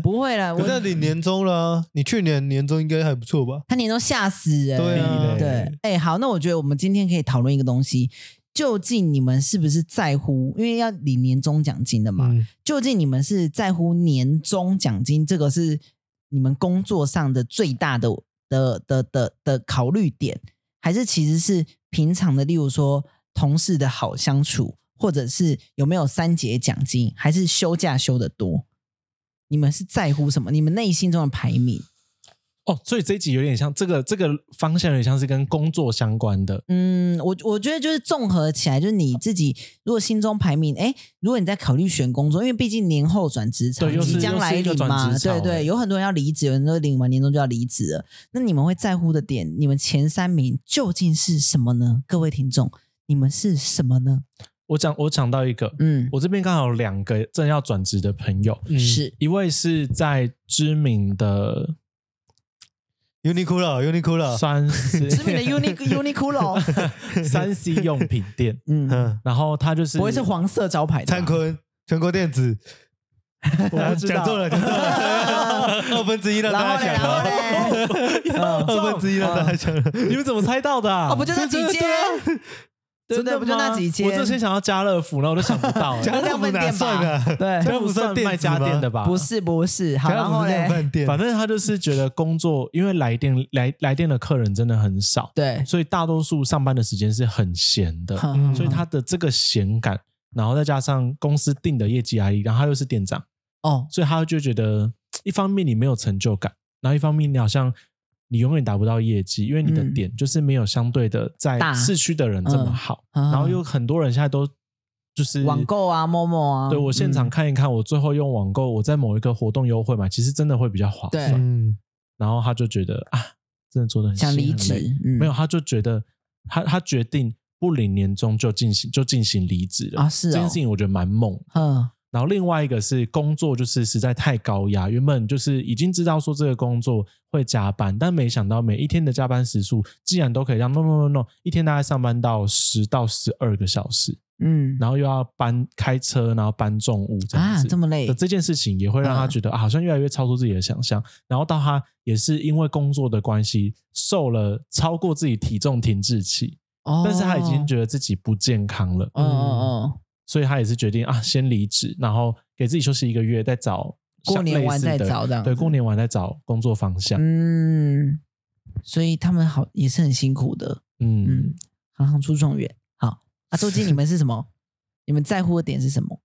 S2: 不会啦，我
S3: 可是你年终了啊，你去年年终应该还不错吧？
S2: 他年终吓死人，
S3: 对啊
S2: 对，哎、好，那我觉得我们今天可以讨论一个东西，究竟你们是不是在乎？因为要领年终奖金的嘛，
S3: 嗯，
S2: 究竟你们是在乎年终奖金这个是你们工作上的最大的的的的的考虑点，还是其实是平常的，例如说同事的好相处，或者是有没有三节奖金，还是休假休的多？你们是在乎什么？你们内心中的排名？
S1: 哦，所以这一集有点像这个这个方向，有点像是跟工作相关的。
S2: 嗯，我我觉得就是综合起来，就是你自己如果心中排名，哎，如果你在考虑选工作，因为毕竟年后转职场
S1: 对又是
S2: 即将来
S1: 又是一个
S2: 临
S1: 转
S2: 嘛，
S1: 职潮
S2: 对
S1: 哎
S2: 对，有很多人要离职，有很多人领完年终就要离职了。那你们会在乎的点，你们前三名究竟是什么呢？各位听众，你们是什么呢？
S1: 我讲我讲到一个，
S2: 嗯，
S1: 我这边刚好有两个正要转职的朋友，
S3: 嗯
S2: 是
S1: 一位是在知名的
S3: Uniqlo，Uniqlo，
S1: 三 C
S2: 呃 知 名的 Uni Uniqlo，
S1: 三 C 用品店，
S2: 嗯，
S3: 嗯，
S1: 然后他就是
S2: 不会是 黄色招牌的吧
S3: 灿坤，全国电子，
S1: 我不知道
S3: 讲错了，讲错 了，二分之一让
S2: 然
S3: 大
S2: 后
S3: 家
S2: 嘞，
S3: 想
S2: 然后哦嘞，
S3: 了，二分之一让大家想了，
S1: 你们怎么猜到的啊？
S2: 哦，不就那几间，对
S1: 真
S2: 不
S1: 的吗
S2: 对？不就那几间？
S1: 我之前想要家乐福，然后我都想不 到。
S3: 家
S1: 欸
S3: 乐福哪算啊？
S2: 对
S1: 家乐福算卖家电的吧？
S2: 不，是不是，好，
S3: 家
S2: 然
S3: 乐福
S2: 后
S3: 是量
S2: 嘞，
S3: 饭店，
S1: 反正他就是觉得工作，因为来电来来电的客人真的很少，
S2: 对，
S1: 所以大多数上班的时间是很闲的。
S2: 哼
S1: 所以他的这个闲感，然后再加上公司定的业绩压力，然后他又是店长，
S2: 哦，
S1: 所以他就觉得，一方面你没有成就感，然后一方面你好像你永远达不到业绩，因为你的
S2: 嗯
S1: 点就是没有相对的在
S2: 大
S1: 市区的人这么
S2: 嗯
S1: 好，
S2: 啊
S1: 然后有很多人现在都就是
S2: 网购啊，Momo 啊
S1: 对我现场
S2: 嗯
S1: 看一看，我最后用网购，我在某一个活动优惠嘛，其实真的会比较划
S2: 对
S1: 算。
S3: 嗯，
S1: 然后他就觉得啊，真的做的很
S2: 想
S1: 辛
S2: 离
S1: 很累
S2: 职，嗯
S1: 没有，他就觉得他他决定不领年终就进行就进行离职了
S2: 啊是哦
S1: 这件事情我觉得蛮猛。
S2: 嗯
S1: 然后另外一个是工作，就是实在太高压，原本就是已经知道说这个工作会加班，但没想到每一天的加班时数竟然都可以让 no no no no 一天大概上班到十到十二个小时，
S2: 嗯
S1: 然后又要搬开车，然后搬重物这样
S2: 啊
S1: 子，
S2: 这么累嗯
S1: 的，这件事情也会让他觉得、啊好像越来越超出自己的想象，然后到他也是因为工作的关系瘦了超过自己体重停滞期，
S2: 哦嗯
S1: 但是他已经觉得自己不健康了，嗯
S2: 哦哦哦，
S1: 所以他也是决定啊，先离职，然后给自己休息一个月，再找
S2: 过年
S1: 像类
S2: 完
S1: 似
S2: 再
S1: 的
S2: 找这样
S1: 对，
S2: 子
S1: 过年完再找工作方向。
S2: 嗯，所以他们好也是很辛苦的，
S1: 嗯
S2: 嗯，行行出状元。好，啊，周记你们是 什么？你们在乎的点是什么？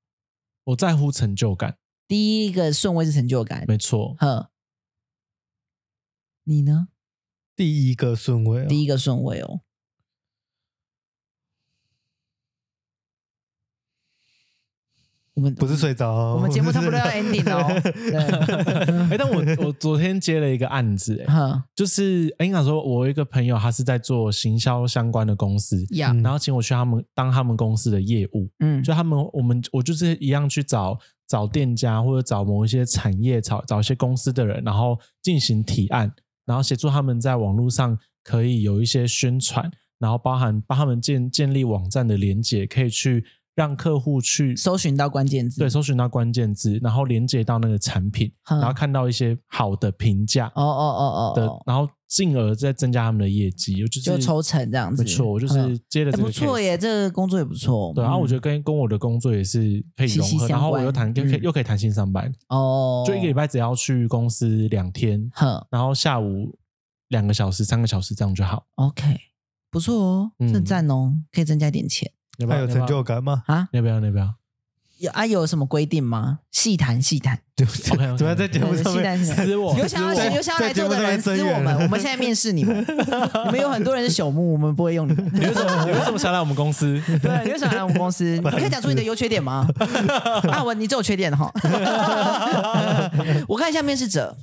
S1: 我在乎成就 感，
S2: 第一个顺位是成就感，
S1: 没错。
S2: 呵，你呢？
S3: 第一个顺位、哦，
S2: 第一个顺位哦，我们
S3: 不是睡着哦、
S2: 我们节目差不多要 ending 了哦
S1: 哎、但我 我昨天接了一个案子、哎，
S2: 呵
S1: 就是哎，应该说，我有一个朋友，他是在做行销相关的公司，
S2: 呀，
S1: 然后请我去他们当他们公司的业务，
S2: 嗯
S1: 就他们我们我就是一样去找找店家或者找某一些产业，找找一些公司的人，然后进行提案，然后协助他们在网络上可以有一些宣传，然后包含帮他们建建立网站的连接，可以去让客户去
S2: 搜寻到关键字，
S1: 对，搜寻到关键字，然后连接到那个产品，
S2: 哼
S1: 然后看到一些好的评价
S2: 哦哦哦
S1: 的，
S2: 哦哦，
S1: 然后进而再增加他们的业绩，我就是
S2: 就抽成这样子
S1: 没错，我就是
S2: 嗯
S1: 接了
S2: 哎
S1: 这个
S2: 不错
S1: case
S2: 耶，这个工作也不错。
S1: 对，然后我觉
S2: 得
S1: 得
S3: 嗯
S1: 跟跟我的工作也是可以
S2: 息
S1: 融
S2: 息
S1: 合，然
S2: 相
S1: 后我又
S2: 关
S1: 谈又可以
S2: 嗯
S1: 又可以弹性上班，
S2: 哦，
S1: 就一个礼拜只要去公司两天，
S2: 哼
S1: 然后下午两个小时、三个小时这样就好。
S2: ，OK，不错哦，
S1: 嗯
S2: 这很赞哦，可以增加一点钱
S1: 要不
S3: 还
S1: 要
S3: 有成就？感吗？
S2: 啊。
S1: 要不要？要不要？
S2: 有啊，有什么规定吗？细谈细 谈，
S1: OK，OK，OK
S3: 怎么样在节 目上
S2: 细
S3: 面
S2: 谈细谈。
S1: 撕我
S2: 有想
S3: 私
S2: 要
S3: 我
S2: 有想要来做的人
S3: 在
S2: 私
S3: 节目上
S2: 我
S3: 面增援
S2: 们， 我们现在面试你们， 你们有很多人是朽木，我们不会用你们。
S1: 你为什 么你为什么想来我们公司？
S2: 对，你就想来我们公司，你可以讲出你的优缺点 吗？啊，我你这有缺点哈。我看一下面试者，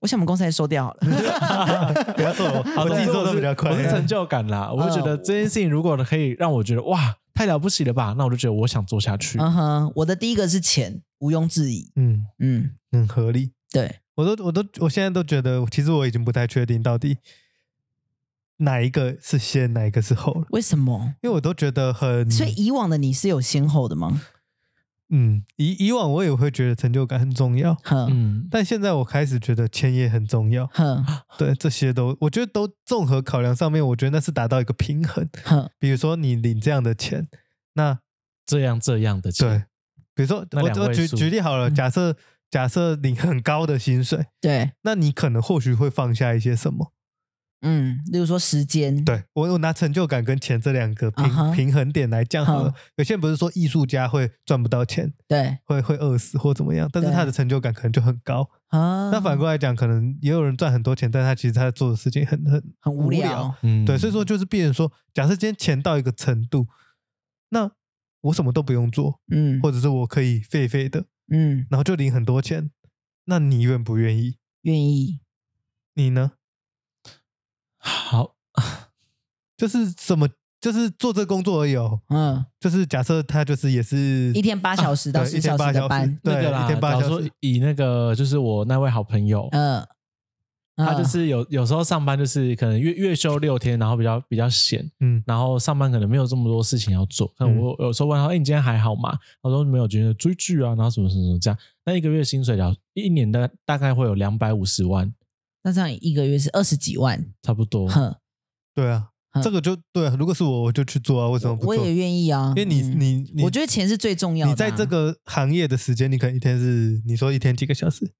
S2: 我想我们公司还是收掉好
S3: 嗯
S2: 了。
S3: 不要做了，我
S1: 好
S3: 我自己
S1: 对
S3: 做的比较快。嗯
S1: 我是成就感啦。我就觉得这件事情如果可以让我觉得哇太了不起了吧，那我就觉得我想做下去。
S2: 嗯哼，我的第一个是钱，毋庸置疑。
S3: 嗯，
S2: 嗯，
S3: 很合理。
S2: 对，
S3: 我都我都我现在都觉得，其实我已经不太确定到底哪一个是先，哪一个是后了，
S2: 为什么？
S3: 因为我都觉得很
S2: 所以以往的你是有先后的吗？
S3: 嗯，以以往我也会觉得成就感很重要，
S2: 哼
S1: 嗯，
S3: 但现在我开始觉得钱也很 重要。
S2: 哼
S3: 对，这些都我觉得都综合考量上面，我觉得那是达到一个平衡。
S2: 哼，
S3: 比如说你领这样的钱，那
S1: 这样这样的钱
S3: 对，比如说
S1: 那
S3: 我
S1: 两
S3: 我
S1: 位
S3: 举
S1: 数
S3: 举例好了，
S2: 嗯
S3: 假设假设领很高的薪水，
S2: 对，
S3: 那你可能或许会放下一些什么。
S2: 嗯，例如说时间，
S3: 对我，我拿成就感跟钱这两个平、
S2: 啊哈
S3: 平衡点来讲好了
S2: 嗯。
S3: 有些人不是说艺术家会赚不到钱，
S2: 对
S3: 会会饿死或怎么样，但是
S2: 对
S3: 他的成就感可能就很高。
S2: 啊，
S3: 那反过来讲，可能也有人赚很多钱，但他其实他做的事情很很
S2: 很无
S3: 聊。
S2: 聊，
S1: 嗯
S3: 对，所以说就是变成说，假设今天钱到一个程度，那我什么都不用做，
S2: 嗯
S3: 或者是我可以废废的，
S2: 嗯，
S3: 然后就领很多钱，那你愿不愿意？
S2: 愿意，
S3: 你呢？
S1: 好，
S3: 就是什么？就是做这工作而已哦。
S2: 嗯，
S3: 就是假设他就是也是
S2: 一天八小时到
S3: 啊对
S2: 十
S3: 一天
S2: 小
S3: 八
S2: 时
S3: 小
S2: 的
S3: 时
S2: 班，
S1: 那
S3: 对
S1: 个啦，
S3: 一天八
S1: 假如
S3: 小
S1: 说
S3: 时
S1: 以那个就是我那位好朋友，
S2: 嗯，
S1: 他就是有有时候上班就是可能月月休六天，然后比较比较闲，
S3: 嗯，
S1: 然后上班可能没有这么多事情要做。可能我有时候问他，哎、你今天还好吗？他说没有，觉得追剧啊，然后什么什么什么这样。那一个月薪水了，一年大概大概会有两百五十万，
S2: 那这样一个月是二十几万，
S1: 差不多。
S2: 哼，
S3: 对啊
S2: 嗯，
S3: 这个就对啊。如果是我，我就去做啊。为什么不
S2: 我
S3: 做？
S2: 也愿意啊，
S3: 因为你
S2: 嗯
S3: 你你，
S2: 我觉得钱是最重要的啊
S3: 你在这个行业的时间，你可能一天是你说一天几个小时？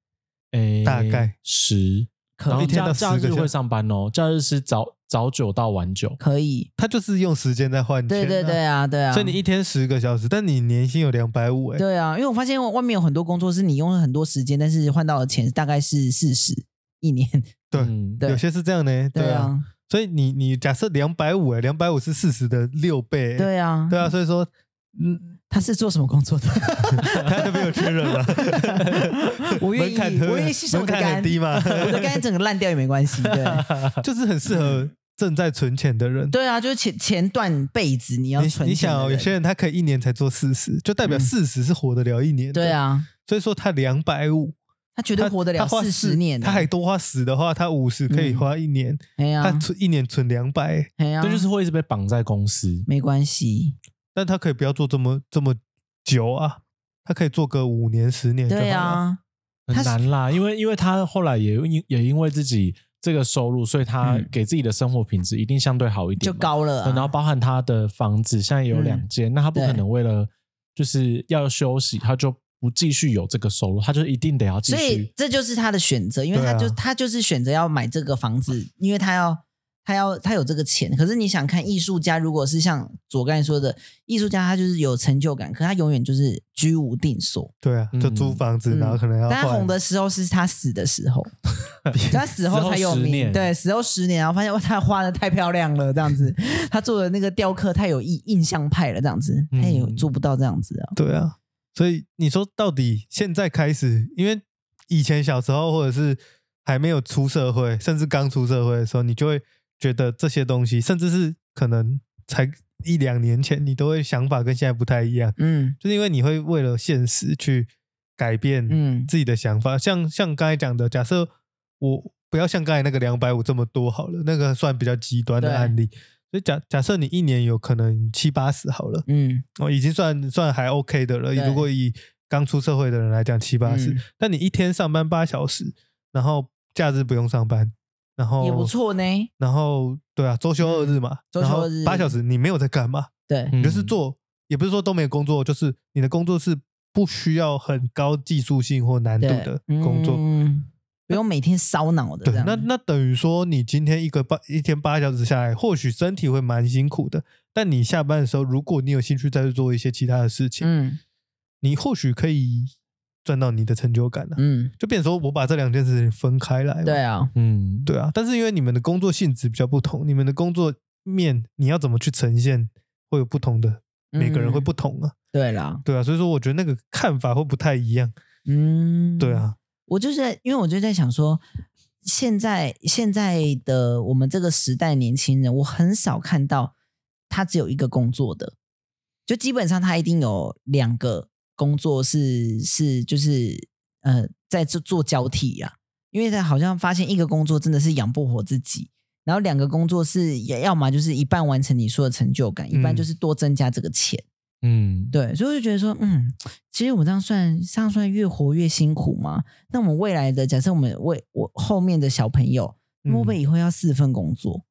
S1: 诶
S3: 大概
S1: 哎十，
S2: 可
S1: 然后
S3: 一天
S1: 假
S3: 到
S1: 假
S3: 10个
S1: 日
S3: 小
S1: 会
S3: 时
S1: 上班哦，假日是早早九到晚九，
S2: 可以，
S3: 他就是用时间在换钱、
S2: 对对对。啊，对啊，
S3: 所以你一天十个小时，但你年薪有两百五，哎，
S2: 对啊，因为我发现外面有很多工作是你用了很多时间，但是换到的钱大概是四十一年，
S3: 对
S1: 嗯
S2: 对
S3: 有些是这样呢。
S2: 对
S3: 啊，
S2: 啊，
S3: 所以你你假设两百五，哎，两百五是四十的六倍，哎
S2: 对啊，
S3: 对啊，所以说，嗯，
S2: 他是做什么工作的？，
S3: 他那边有缺人了
S2: 我愿意
S3: 门槛很
S2: 我愿意牺牲我
S3: 门
S2: 的
S3: 槛
S2: 肝
S3: 很 低嘛，
S2: 我的肝整个烂掉也没关系， 对。
S3: 就是很适合正在存钱的人。
S2: 嗯对啊，就是前前段辈子你要存
S3: 你你
S2: 钱
S3: 想
S2: 的
S3: 哦，有
S2: 人
S3: 些人他可以一年才做四十，就代表
S2: 嗯
S3: 四十是活得了一年。
S2: 对，啊，
S3: 所以说他两百五，
S2: 他绝对
S3: 他
S2: 活得了
S3: 他花
S2: 四十年呢，
S3: 他还多花十的话，他五十可以
S2: 嗯
S3: 花一年，
S2: 哎呀
S3: 他，存一年存两百，
S2: 哎呀，
S1: 这就是会一直被绑在公司。
S2: 没关系，
S3: 但他可以不要做这么这么久啊，他可以做个五年十年就好
S2: 对
S3: 了。
S2: 啊，
S1: 很
S2: 他是哦
S1: 难啦，因为因为他后来也因也因为自己这个收入，所以他
S2: 嗯
S1: 给自己的生活品质一定相对好一点
S2: 就
S1: 嘛，
S2: 高了啊，嗯
S1: 对然后包含他的房子现在也有两间，那他不可能为了就是要休息，他就不继续有这个收入，他就一定得要继
S2: 所以
S1: 续。
S2: 这就是他的选择，因为
S3: 对
S2: 他
S3: 啊
S2: 就、他就是选择要买这个房子，因为他要他要他有这个钱。可是你想看艺术家，如果是像左刚才说的，艺术家他就是有成就感，可他永远就是居无定所。
S3: 对啊，就租房子，
S2: 嗯
S3: 然后可能
S1: 啊
S3: 要
S2: 但他
S3: 换
S2: 红的时候是他死 的时候，他死后才有
S1: 死后十
S2: 名。
S1: 年
S2: 对，死后十年，然后发现哇，他画的太漂亮了，这样子，他做的那个雕刻太有印印象派了，这样子，他也
S1: 嗯
S2: 做不到这样子啊。
S3: 对啊，所以你说到底现在开始，因为以前小时候或者是还没有出社会，甚至刚出社会的时候，你就会觉得这些东西，甚至是可能才一两年前，你都会想法跟现在不太一样，
S2: 嗯
S3: 就是因为你会为了现实去改变
S2: 嗯
S3: 自己的想法。像像刚才讲的，假设我不要像刚才那个两百五这么多好了，那个算比较极端的
S2: 对
S3: 案例。所以假假设你一年有可能七八十好了。
S2: 嗯，
S3: 哦，已经算算还 OK 的了。
S2: 对
S3: 如果以刚出社会的人来讲，七
S1: 啊
S3: 八十，
S2: 嗯
S3: 但你一天上班八小时，然后假日不用上班，然后
S2: 嗯也
S1: 哦
S2: 不。错呢。
S3: 然后对啊，周休二日嘛，
S2: 周
S3: 然
S2: 休
S3: 后
S2: 二日
S3: 八小时，你没有在干嘛？
S2: 对，
S1: 嗯
S3: 你就是做，也不是说都没有工作，就是你的工作是不需要很高技术性或难度
S2: 对
S3: 的工作。
S2: 嗯，不用每天烧脑的这
S3: 对，
S2: 样。
S3: 那那等于说你今天一个八一天八小时下来，或许身体会蛮辛苦的，但你下班的时候，如果你有兴趣再去做一些其他的事情，
S2: 嗯
S3: 你或许可以赚到你的成就感了、啊
S2: 嗯，
S3: 就变成说我把这两件事情分开来嘛，
S2: 对啊，
S1: 嗯，
S3: 对啊。但是因为你们的工作性质比较不同，你们的工作面你要怎么去呈现，会有不同的，每个人会
S2: 嗯
S3: 不同啊，
S2: 对啦，
S3: 对啊。所以说，我觉得那个看法会不太一样，
S2: 嗯，
S3: 对。啊，
S2: 我就是在因为我就在想说，现在现在的我们这个时代年轻人，我很少看到他只有一个工作的，就基本上他一定有两个工作是是就是呃在这做交替啊，因为他好像发现一个工作真的是养不活自己。然后两个工作是，也要么就是一半完成你说的成就感，一半
S3: 嗯
S2: 就是多增加这个钱。
S1: 嗯，
S2: 对，所以我就觉得说，嗯，其实我们这样算，这样算越活越辛苦嘛。那我们未来的，假设我们为我后面的小朋友，会
S3: 嗯
S2: 不会以后要四份工作？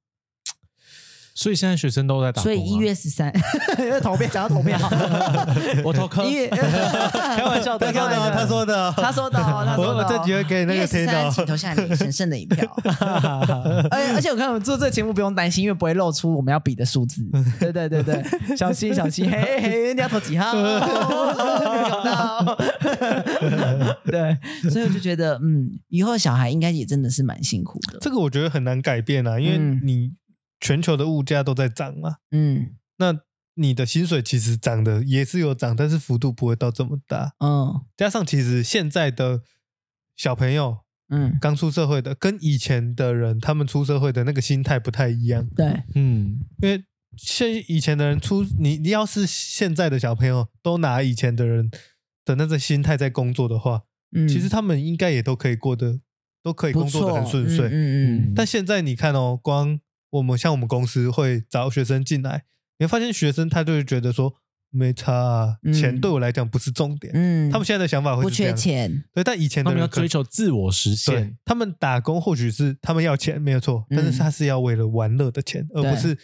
S1: 所以现在学生都在打工
S2: 所
S1: 啊、
S2: 以一月十三投票，讲到投票，
S1: 我投科
S2: 一月
S1: 开玩笑 的，
S3: 他说的哦，他说的哦，
S2: 他说的哦，他说
S3: 我
S2: 的
S3: 我
S2: 哦
S3: 这集会给
S2: 一
S3: 那
S2: 月
S3: 个
S2: 十
S3: 听
S2: 三，请
S3: 到，
S2: 投下你神圣的一 票。而且而且我看我们做这个节目不用担心，因为不会露出我们要比的数字。对对对对，小心小心，嘿嘿，你要投几号？ 搞到。对，所以我就觉得，嗯，以后小孩应该也真的是蛮辛苦的。
S3: 这个我觉得很难改变啊，因为
S2: 嗯
S3: 你全球的物价都在涨嘛，
S2: 嗯
S3: 那你的薪水其实涨的也是有涨，但是幅度不会到这么大。
S2: 嗯
S3: 加上其实现在的小朋友
S2: 嗯，
S3: 刚出社会的，跟以前的人他们出社会的那个心态不太一样，
S2: 对，
S1: 嗯，
S3: 因为现以前的人出你你要是现在的小朋友都拿以前的人的那个心态在工作的话，
S2: 嗯，
S3: 其实他们应该也都可以过得都可以
S2: 不
S3: 工作的很
S2: 错
S3: 顺遂。
S2: 嗯嗯
S3: 但现在你看哦，光我们像我们公司会找学生进来，你会发现学生他就会觉得说没差、啊，
S2: 嗯
S3: 钱对我来讲不是重点。
S2: 嗯，
S3: 他们现在的想法会
S2: 不
S3: 是这
S2: 缺
S3: 样，
S2: 钱，
S3: 对，但以前
S1: 他
S3: 的
S1: 们
S3: 人
S1: 要
S3: 可
S1: 追求自我实
S3: 对
S1: 现，，
S3: 他们打工或许是他们要钱没有错，但
S2: 嗯
S3: 是他是要为了玩乐的钱，而不
S2: 对
S3: 是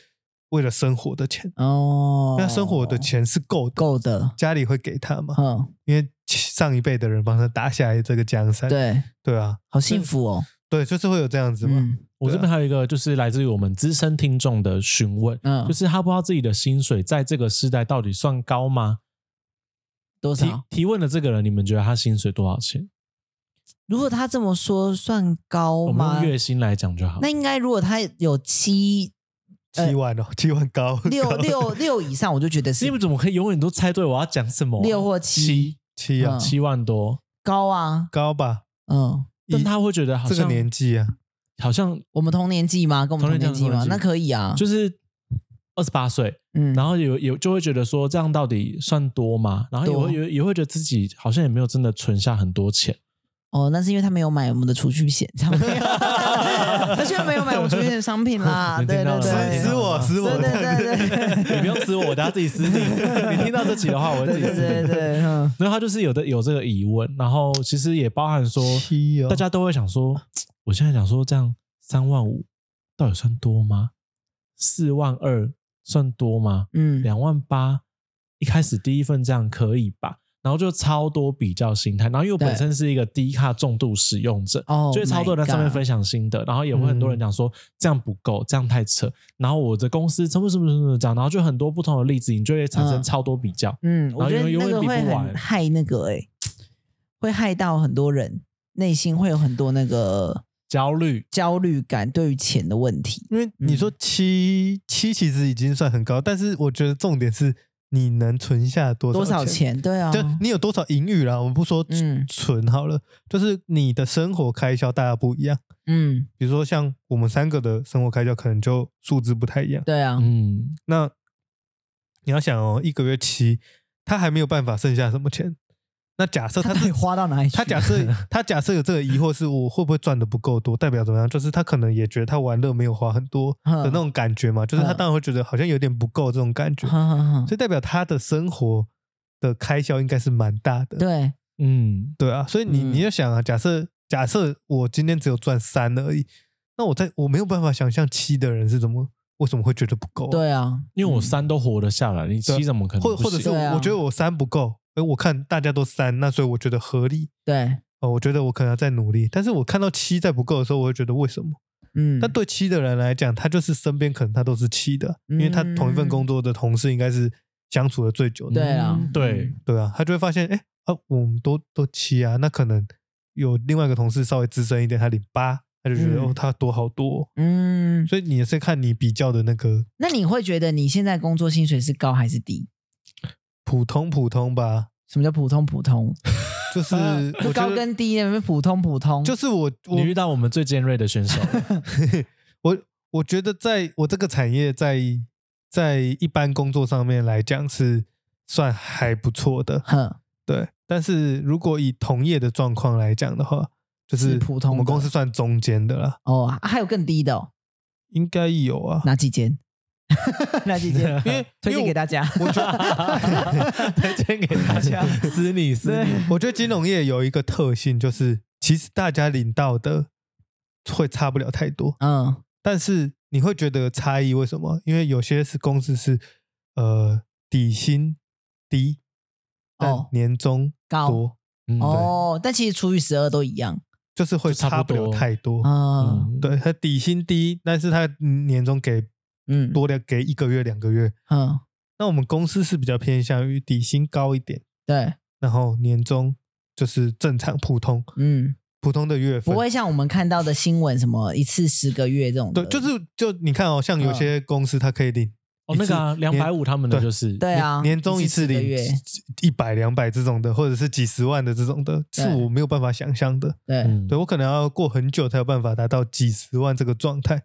S3: 为了生活的钱。
S2: 哦
S3: 因，为他生活的钱是够的，
S2: 够的，
S3: 家里会给他嘛，
S2: 嗯，
S3: 因为上一辈的人帮他打下来这个江山。
S2: 对，
S3: 对啊，
S2: 好幸福哦，
S3: 对，就是会有这样子嘛。
S2: 嗯
S1: 我这边还有一个就是来自于我们资深听众的询问，
S2: 嗯
S1: 就，是他不知道自己的薪水在这个时代到底算高吗？
S2: 多
S1: 提
S2: 少？
S1: 提问的这个人，你们觉得他薪水多少钱？
S2: 如果他这么说，算高
S1: 我们
S2: 吗
S1: 用？月薪来讲就好
S2: 那。应该如果他有七
S3: 七万哦，七万高，
S2: 六
S3: 高
S2: 六六以上，我就觉得是
S1: 你们怎么可以永远都猜对我要讲什么啊？
S2: 六或七
S1: 七
S3: 七啊
S2: 嗯，
S1: 七万多，
S2: 高啊，
S3: 高吧？
S2: 嗯，
S1: 但他会觉得好
S3: 这个
S1: 像
S3: 年纪啊，
S1: 好像
S2: 我们同年纪吗？跟我们同
S1: 同
S2: 年
S1: 年
S2: 纪
S1: 纪
S2: 吗？
S1: 同年纪
S2: 那可以啊，
S1: 就是二十八岁，
S2: 嗯，
S1: 然后有有就会觉得说这样到底算多吗？然后也
S2: 多
S1: 会也也会觉得自己好像也没有真的存下很多钱。
S2: 哦，那是因为他没有买我们的储蓄险，他没有， 他居然没有买我们储蓄险的商品啦，
S1: 你
S2: 啊对
S1: 听到
S2: 对
S1: 了吗
S2: 对，
S1: 你听
S3: 死
S1: 到了
S3: 我
S1: 吗
S3: 死我，
S2: 对对对对
S1: 你不用指我，我等下自己私你。你听到这集的话，我会自
S2: 对
S1: 己
S2: 对
S1: 私
S2: 对对，嗯
S1: 然后他就是有的有这个疑问，然后其实也包含说，
S3: 七哦，
S1: 大家都会想说，我现在想说这样三万五到底算多吗？四万二算多吗？
S2: 嗯，
S1: 两万八一开始第一份这样可以吧？然后就超多比较心态，然后因为我
S2: 对
S1: 本身是一个低卡重度使用者，
S3: Oh
S2: 哦，
S1: 所以超多人在上面分享心得，然后也会很多人讲说这样不够，这样太扯。然后我的公司怎么怎么怎么讲，然后就很多不同的例子，你就会产生
S2: 嗯
S1: 超多比较。
S2: 嗯，我
S1: 然后
S2: 觉得
S1: 永
S2: 那
S1: 远
S2: 个
S1: 比不
S2: 会
S1: 完
S2: 很害那个哎、会害到很多人内心会有很多那个
S1: 焦虑，
S2: 焦虑感，对于钱的问题。
S3: 因为你说七七其实已经算很高，但是我觉得重点是你能存下多
S2: 多
S3: 少
S2: 少
S3: 钱，
S2: 钱？对啊，
S3: 就你有多少盈余啦。我们不说
S2: 嗯
S3: 存好了，就是你的生活开销大家不一样。
S2: 嗯，
S3: 比如说像我们三个的生活开销可能就数字不太一样。
S2: 对啊，
S1: 嗯，
S3: 那你要想哦，一个月七，他还没有办法剩下什么钱。那假设
S2: 他
S3: 他
S2: 到底
S3: 自
S2: 花到哪里去？
S3: 他假设他假设有这个疑惑，是我会不会赚的不够多，代表怎么样？就是他可能也觉得他玩乐没有花很多的那种感觉嘛，就是他
S2: 嗯
S3: 当然会觉得好像有点不够这种感觉，
S2: 哼哼哼
S3: 所以代表他的生活的开销应该是蛮大的。
S2: 对，
S1: 嗯，
S3: 对啊，所以你
S2: 嗯
S3: 你要想啊，假设假设我今天只有赚三而已，那我在我没有办法想象七的人是怎么为什么会觉得不够啊、
S2: 对啊，
S1: 因为我
S2: 嗯
S1: 三都活得下来，你七怎么可能
S3: 啊或
S1: 不行？
S3: 或者是
S2: 对啊
S3: 我觉得我三不够，哎，我看大家都三，那所以我觉得合理。
S2: 对，
S3: 哦，我觉得我可能要再努力，但是我看到七再不够的时候，我会觉得为什么？
S2: 嗯，
S3: 但对七的人来讲，他就是身边可能他都是七的，
S2: 嗯
S3: 因为他同一份工作的同事应该是相处的最久的，
S2: 对啊
S1: 嗯，对，
S3: 对啊，他就会发现，哎啊，我们都都七啊，那可能有另外一个同事稍微资深一点，他领八，他就觉得、
S2: 嗯
S3: 哦，他多好多哦、
S2: 嗯，
S3: 所以你也是看你比较的那个
S2: 那你会觉得你现在工作薪水是高还是低？
S3: 普通普通吧，
S2: 什么叫普通普通？
S3: 就是
S2: 就呃
S3: 我觉
S2: 高
S3: 得
S2: 跟低，那边普通普通，
S3: 就是我我
S1: 你遇到我们最尖锐的选手，
S3: 我我觉得在我这个产业在，在一般工作上面来讲是算还不错的，
S2: 哼，
S3: 对。但是如果以同业的状况来讲的话，就是
S2: 是普通的
S3: 我们公司算中间的啦，
S2: 哦，啊还有更低的哦，
S3: 应该有啊。
S2: 哪几 间？哪几间？
S3: 因为
S2: 推荐给
S3: 家，
S2: 大家。
S3: 我觉 得
S1: 推荐给大家，私你私你，
S3: 我觉得金融业有一个特性，就是其实大家领到的会差不了太多。
S2: 嗯，
S3: 但是你会觉得有差异，为什么？因为有些是公司是呃底薪低，但
S2: 哦
S3: 年终
S2: 高
S3: 多，
S1: 嗯，
S2: 哦，但其实除以十二都一样
S3: 就是会
S1: 就差不
S3: 差不了
S1: 多
S3: 太多。
S2: 啊。
S1: 嗯，
S3: 对，他底薪低，但是他年终给
S2: 嗯，
S3: 多了给一个月两个月。
S2: 嗯，
S3: 那我们公司是比较偏向于底薪高一点，
S2: 对，
S3: 然后年终就是正常普通
S2: 嗯，
S3: 普通的月份，
S2: 不会像我们看到的新闻什么一次十个月这种的。
S3: 对，就是就你看哦，像有
S2: 嗯
S3: 些公司它可以领
S1: 哦，那个两百五他们的就是，
S2: 对啊，
S3: 年年终一次
S2: 一次
S3: 领
S2: 十个月
S3: 一百两百这种的，或者是几十万的这种的，
S2: 对
S3: 是我没有办法想象的。
S2: 对，
S1: 嗯
S3: 对我可能要过很久才有办法达到几十万这个状态，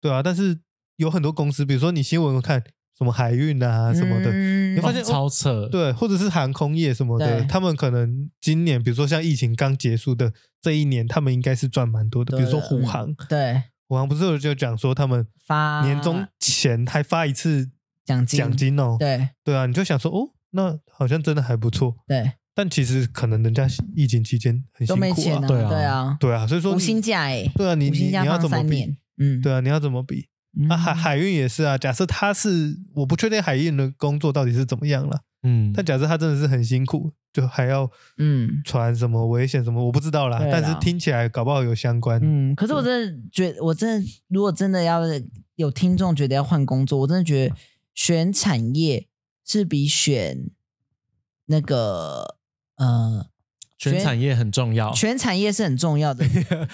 S3: 对啊。但是有很多公司，比如说你新闻看什么海运啊什么的，
S2: 嗯
S3: 你发现
S1: 哦超扯，
S3: 对，或者是航空业什么的，
S2: 对
S3: 他们可能今年，比如说像疫情刚结束的这一年，他们应该是赚蛮多的。比如说
S2: 对嗯
S3: 虎航，
S2: 对
S3: 虎航不是有就讲说他们
S2: 发
S3: 年终前还发一次
S2: 奖金
S3: 奖金哦，
S2: 对
S3: 对啊，你就想说哦，那好像真的还不错。
S2: 对
S3: 但其实可能人家疫情期间很
S2: 都
S3: 辛苦
S2: 没钱
S3: 啊，
S1: 对啊
S2: 对啊，
S3: 对啊，所以说
S2: 无
S3: 你
S2: 薪假哎，
S3: 对啊，你
S2: 无
S3: 你
S2: 薪
S3: 你
S2: 假
S3: 要
S2: 放
S3: 怎么
S2: 三
S3: 比
S2: 年？，嗯，
S3: 对啊，你要怎么比？
S2: 嗯
S3: 啊，海海运也是啊。假设他是，我不确定海运的工作到底是怎么样了，
S1: 嗯，
S3: 但假设他真的是很辛苦，就还要
S2: 嗯
S3: 船什么危险什么，我不知道啦。
S2: 对啦
S3: 但是听起来搞不好有相关。
S2: 嗯，可是我真的觉得，我真的如果真的要有听众觉得要换工作，我真的觉得选产业是比选那个呃
S1: 全产业很重要，
S2: 全产业是很重要 的，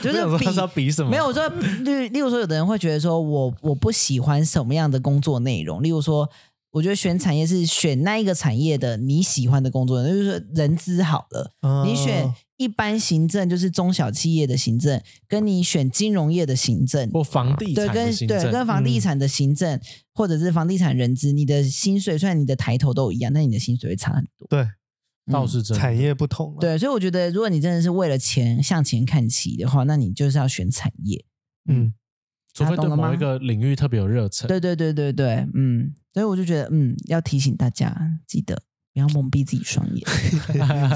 S2: 就
S1: 我想说
S2: 是
S1: 他是要比什么？
S2: 没有，我说，例例如说，有的人会觉得说我我不喜欢什么样的工作内容，例如说，我觉得选产业是选那一个产业的你喜欢的工作，就是说人资好了，
S3: 啊
S2: 你
S1: 哦
S2: 选一般行政就是中小企业的行政，跟你选金融业的行政，
S1: 或房哦地
S2: 对，
S1: 产的
S2: 跟
S1: 行
S2: 对
S1: 政嗯
S2: 跟房地产的行政、或者是房地产人资，你的薪水虽然你的抬头都一样，但你的薪水会差很多。
S3: 对
S2: 嗯
S1: 倒是真的
S3: 产业不同啦，
S2: 对，所以我觉得，如果你真的是为了钱向前看齐的话，那你就是要选产业。
S3: 嗯，
S1: 除非对
S2: 懂了吗
S1: 某一个领域特别有热忱。
S2: 对对对对对，嗯，所以我就觉得，嗯，要提醒大家记得不要蒙蔽自己双眼。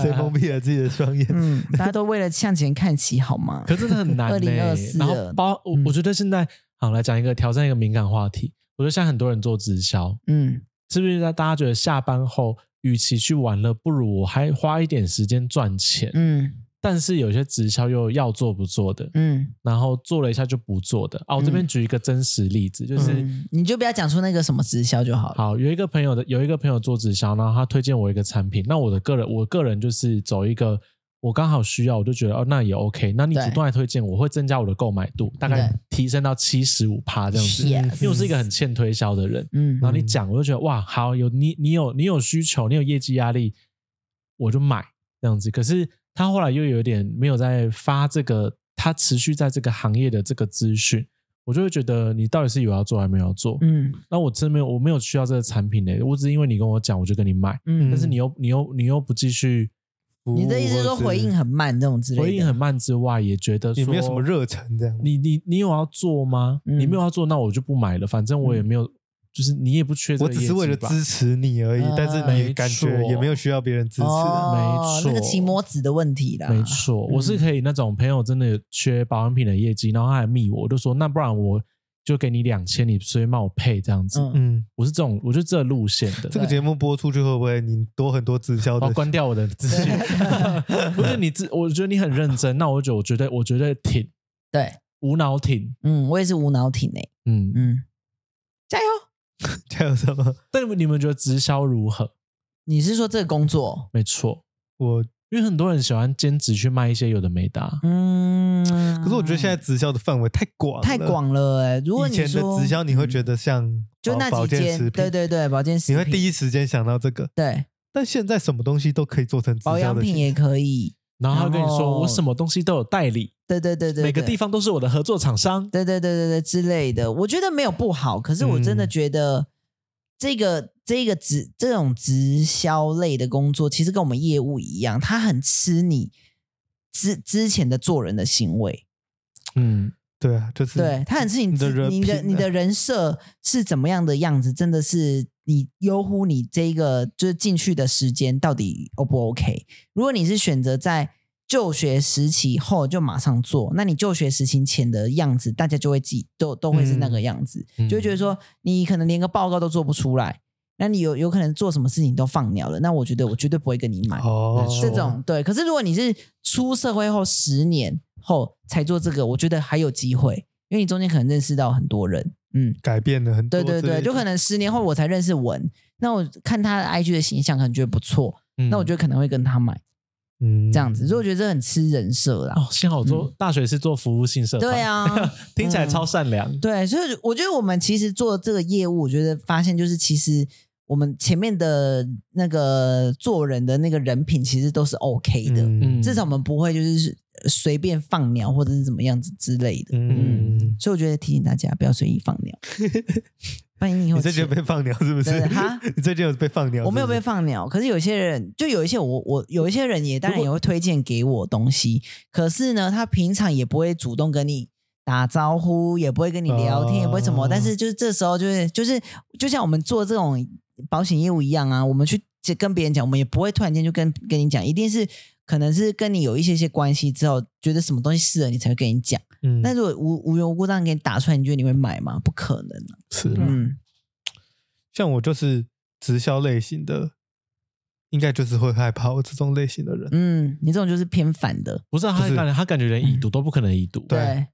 S3: 谁封闭了自己的双眼？
S2: 嗯，大家都为了向前看齐，好吗？
S1: 可是真的很 难、欸。
S2: 2024
S1: 然
S2: 了
S1: 后包我
S2: 嗯
S1: 我觉得现在好来讲一个挑战一个敏感话题，我觉得现在很多人做直销，
S2: 嗯，
S1: 是不是让大家觉得下班后，与其去玩乐，不如我还花一点时间赚钱？
S2: 嗯
S1: 但是有些直销又要做不做的，
S2: 嗯，
S1: 然后做了一下就不做的。啊，我这边
S2: 嗯
S1: 举一个真实例子，就是。
S2: 嗯你就不要讲出那个什么直销就好了。
S1: 好，有一个朋友的有一个朋友做直销，然后他推荐我一个产品，那我的个人我个人就是走一个我刚好需要，我就觉得哦那也 OK，那你
S2: 对
S1: 主动来推荐，我会增加我的购买度，大概
S2: 对
S1: 提升到七十五趴这样子，
S2: Yes
S1: 因为我是一个很欠推销的人，
S2: 嗯
S1: 然后你讲我就觉得哇好有你你有你有需求，你有业绩压力，我就买这样子，可是他后来又有点没有在发这个，他持续在这个行业的这个资讯。我就会觉得你到底是有要做还没有要做，
S2: 嗯
S1: 那我真没有，我没有需要这个产品呢、我只是因为你跟我讲，我就跟你买，
S2: 嗯，
S1: 但是你又你又你又不继续，
S2: 你的意思是说回应很慢这种之类的，
S1: 回应很慢之外，也觉得
S3: 也没
S1: 说
S3: 有什么热忱这样
S1: 你你你有要做吗？
S2: 嗯
S1: 你没有要做，那我就不买了，反正我也没有，就是你也不缺这
S3: 嗯我
S1: 个
S3: 只是为
S1: 业
S3: 了
S1: 绩吧
S3: 支持你而已
S2: 嗯，
S3: 但是你感觉也没有需要别人支持啊。
S2: 哦
S1: 没，错
S2: 那个骑摩子的问题啦，
S1: 没错，我
S2: 嗯
S1: 是可以那种朋友真的有缺保养品的业绩，然后他还密我，我就说那不然我就给你两千，你随便帮我配这样子。
S2: 嗯
S3: 嗯，
S1: 我是这种，我就这路线的。
S3: 这个节目播出去会不会你多很多直销
S1: 我
S3: 的
S2: 哦
S1: 要？关掉我的资 讯。不是你自，我觉得你很认真，那我就觉得我绝对我绝对挺
S2: 对，
S1: 无脑挺，
S2: 嗯，我也是无脑挺诶，
S1: 嗯。
S2: 嗯，加油！
S3: 还有什么？
S1: 但你们你们觉得直销如何？
S2: 你是说这个工作？
S1: 没错，
S3: 我
S1: 因为很多人喜欢兼职去卖一些有的没的啊、
S2: 嗯，
S3: 可是我觉得现在直销的范围太广了，
S2: 太广了诶。如果
S3: 以
S2: 你
S3: 前的
S2: 说
S3: 直销，你会觉
S2: 嗯
S3: 得像
S2: 就
S3: 保
S2: 那
S3: 保
S2: 几
S3: 健食
S2: 间，
S3: 品，
S2: 对对对，保健食
S3: 你
S2: 品，
S3: 会第一时间想到这个。
S2: 对
S3: 但现在什么东西都可以做成直销
S2: 保
S3: 的
S2: 养品
S3: 形
S2: 也
S3: 式
S2: 可以，
S1: 然后他会跟你
S2: 然
S1: 说
S2: 后
S1: 我什么东西都有代理，
S2: 对对对对，
S1: 每个
S2: 对
S1: 地方都是我的合作厂商。
S2: 对对对对对之类的，我觉得没有不好，可是我真的
S3: 嗯
S2: 觉得这个、这个直这种直销类的工作，其实跟我们业务一样，它很吃你之之前的做人的行为，
S1: 嗯，
S3: 对啊，就是
S2: 对，它很吃你
S3: 你的
S2: 自
S3: 人
S2: 你的
S3: 品
S2: 你
S3: 啊
S2: 的人设是怎么样的样子，真的是你优乎你这个就是进去的时间到底 O 不 OK？如果你是选择在就学时期后就马上做，那你就学时期前的样子，大家就会记都都会是那个样子，
S1: 嗯
S2: 就会觉得说你可能连个报告都做不出来，那你有有可能做什么事情都放鸟了，那我觉得我绝对不会跟你买。
S3: 哦
S1: 没，错
S2: 这种对，可是如果你是出社会后十年后才做这个，我觉得还有机会，因为你中间可能认识到很多人，嗯，
S3: 改变了很多
S2: 对
S3: 之类
S2: 对
S3: 的，嗯
S2: 对，就可能十年后我才认识文，那我看他的 IG 的形象，可能觉得不错，那我觉
S1: 得
S2: 得可能会跟他买
S3: 嗯
S2: 这样子，所以我觉得这很吃人设啦。
S1: 哦，幸好我做大学是做服务性社团，
S2: 对，啊，
S1: 听起来超善良。
S2: 对，所以我觉得我们其实做这个业务，我觉得发现就是其实我们前面的那个做人的那个人品，其实都是 OK 的。
S1: 嗯
S2: 至少我们不会就是呃随便放鸟或者是怎么样子之类的。
S3: 嗯，
S2: 所以我觉得提醒大家不要随意放 鸟，万一你以后
S3: 你最近有
S2: 切
S3: 被放鸟是不是
S2: 对哈？
S3: 你最近有被放鸟？
S2: 我没有被
S3: 是不是
S2: 放鸟，可是有一些人，就有一些我我有一些人也当然
S1: 如
S2: 也会推荐给我东西，可是呢，他平常也不会主动跟你打招呼，也不会跟你聊天，也不会什么，
S3: 哦
S2: 但是就是这时候就是就是就像我们做这种保险业务一样啊，我们去跟别人讲，我们也不会突然间就跟跟你讲，一定是可能是跟你有一些些关系之后，觉得什么东西适合你才会跟你讲。
S3: 嗯
S2: 那如果无无缘无故让给你打出来，你觉得你会买吗？不可能、啊。
S3: 是
S2: 嗯，
S3: 像我就是直销类型的，应该就是会害怕我这种类型的人。
S2: 嗯，你这种就是偏反的，
S1: 不是啊他
S3: 不是嗯
S1: 感觉他感觉连已读都不可能已读，
S3: 对，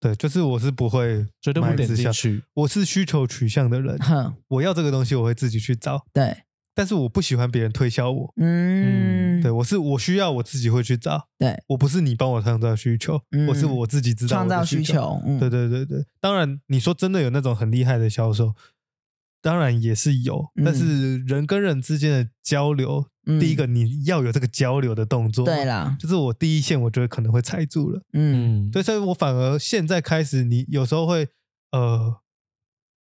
S3: 对，就是我是不会
S1: 绝对
S3: 买
S1: 不点
S3: 直
S1: 进
S3: 销，
S1: 去。
S3: 我是需求取向的人，
S2: 哼，
S3: 我要这个东西我会自己去找，
S2: 对，
S3: 但是我不喜欢别人推销我。
S2: 嗯，
S3: 对，我是我需要我自己会去找，
S2: 对
S3: 我不是你帮我创造需求，
S2: 嗯
S3: 我是我自己知道我
S2: 创
S3: 的
S2: 造
S3: 需
S2: 需。求，嗯，
S3: 对对对对，当然你说真的有那种很厉害的销售，当然也是有，
S2: 嗯
S3: 但是人跟人之间的交流，
S2: 嗯
S3: 第一个你要有这个交流的动作，
S2: 对，啦，
S3: 就是我第一线我觉得可能会踩住了，
S2: 嗯，
S1: 嗯，
S3: 对，所以我反而现在开始，你有时候会呃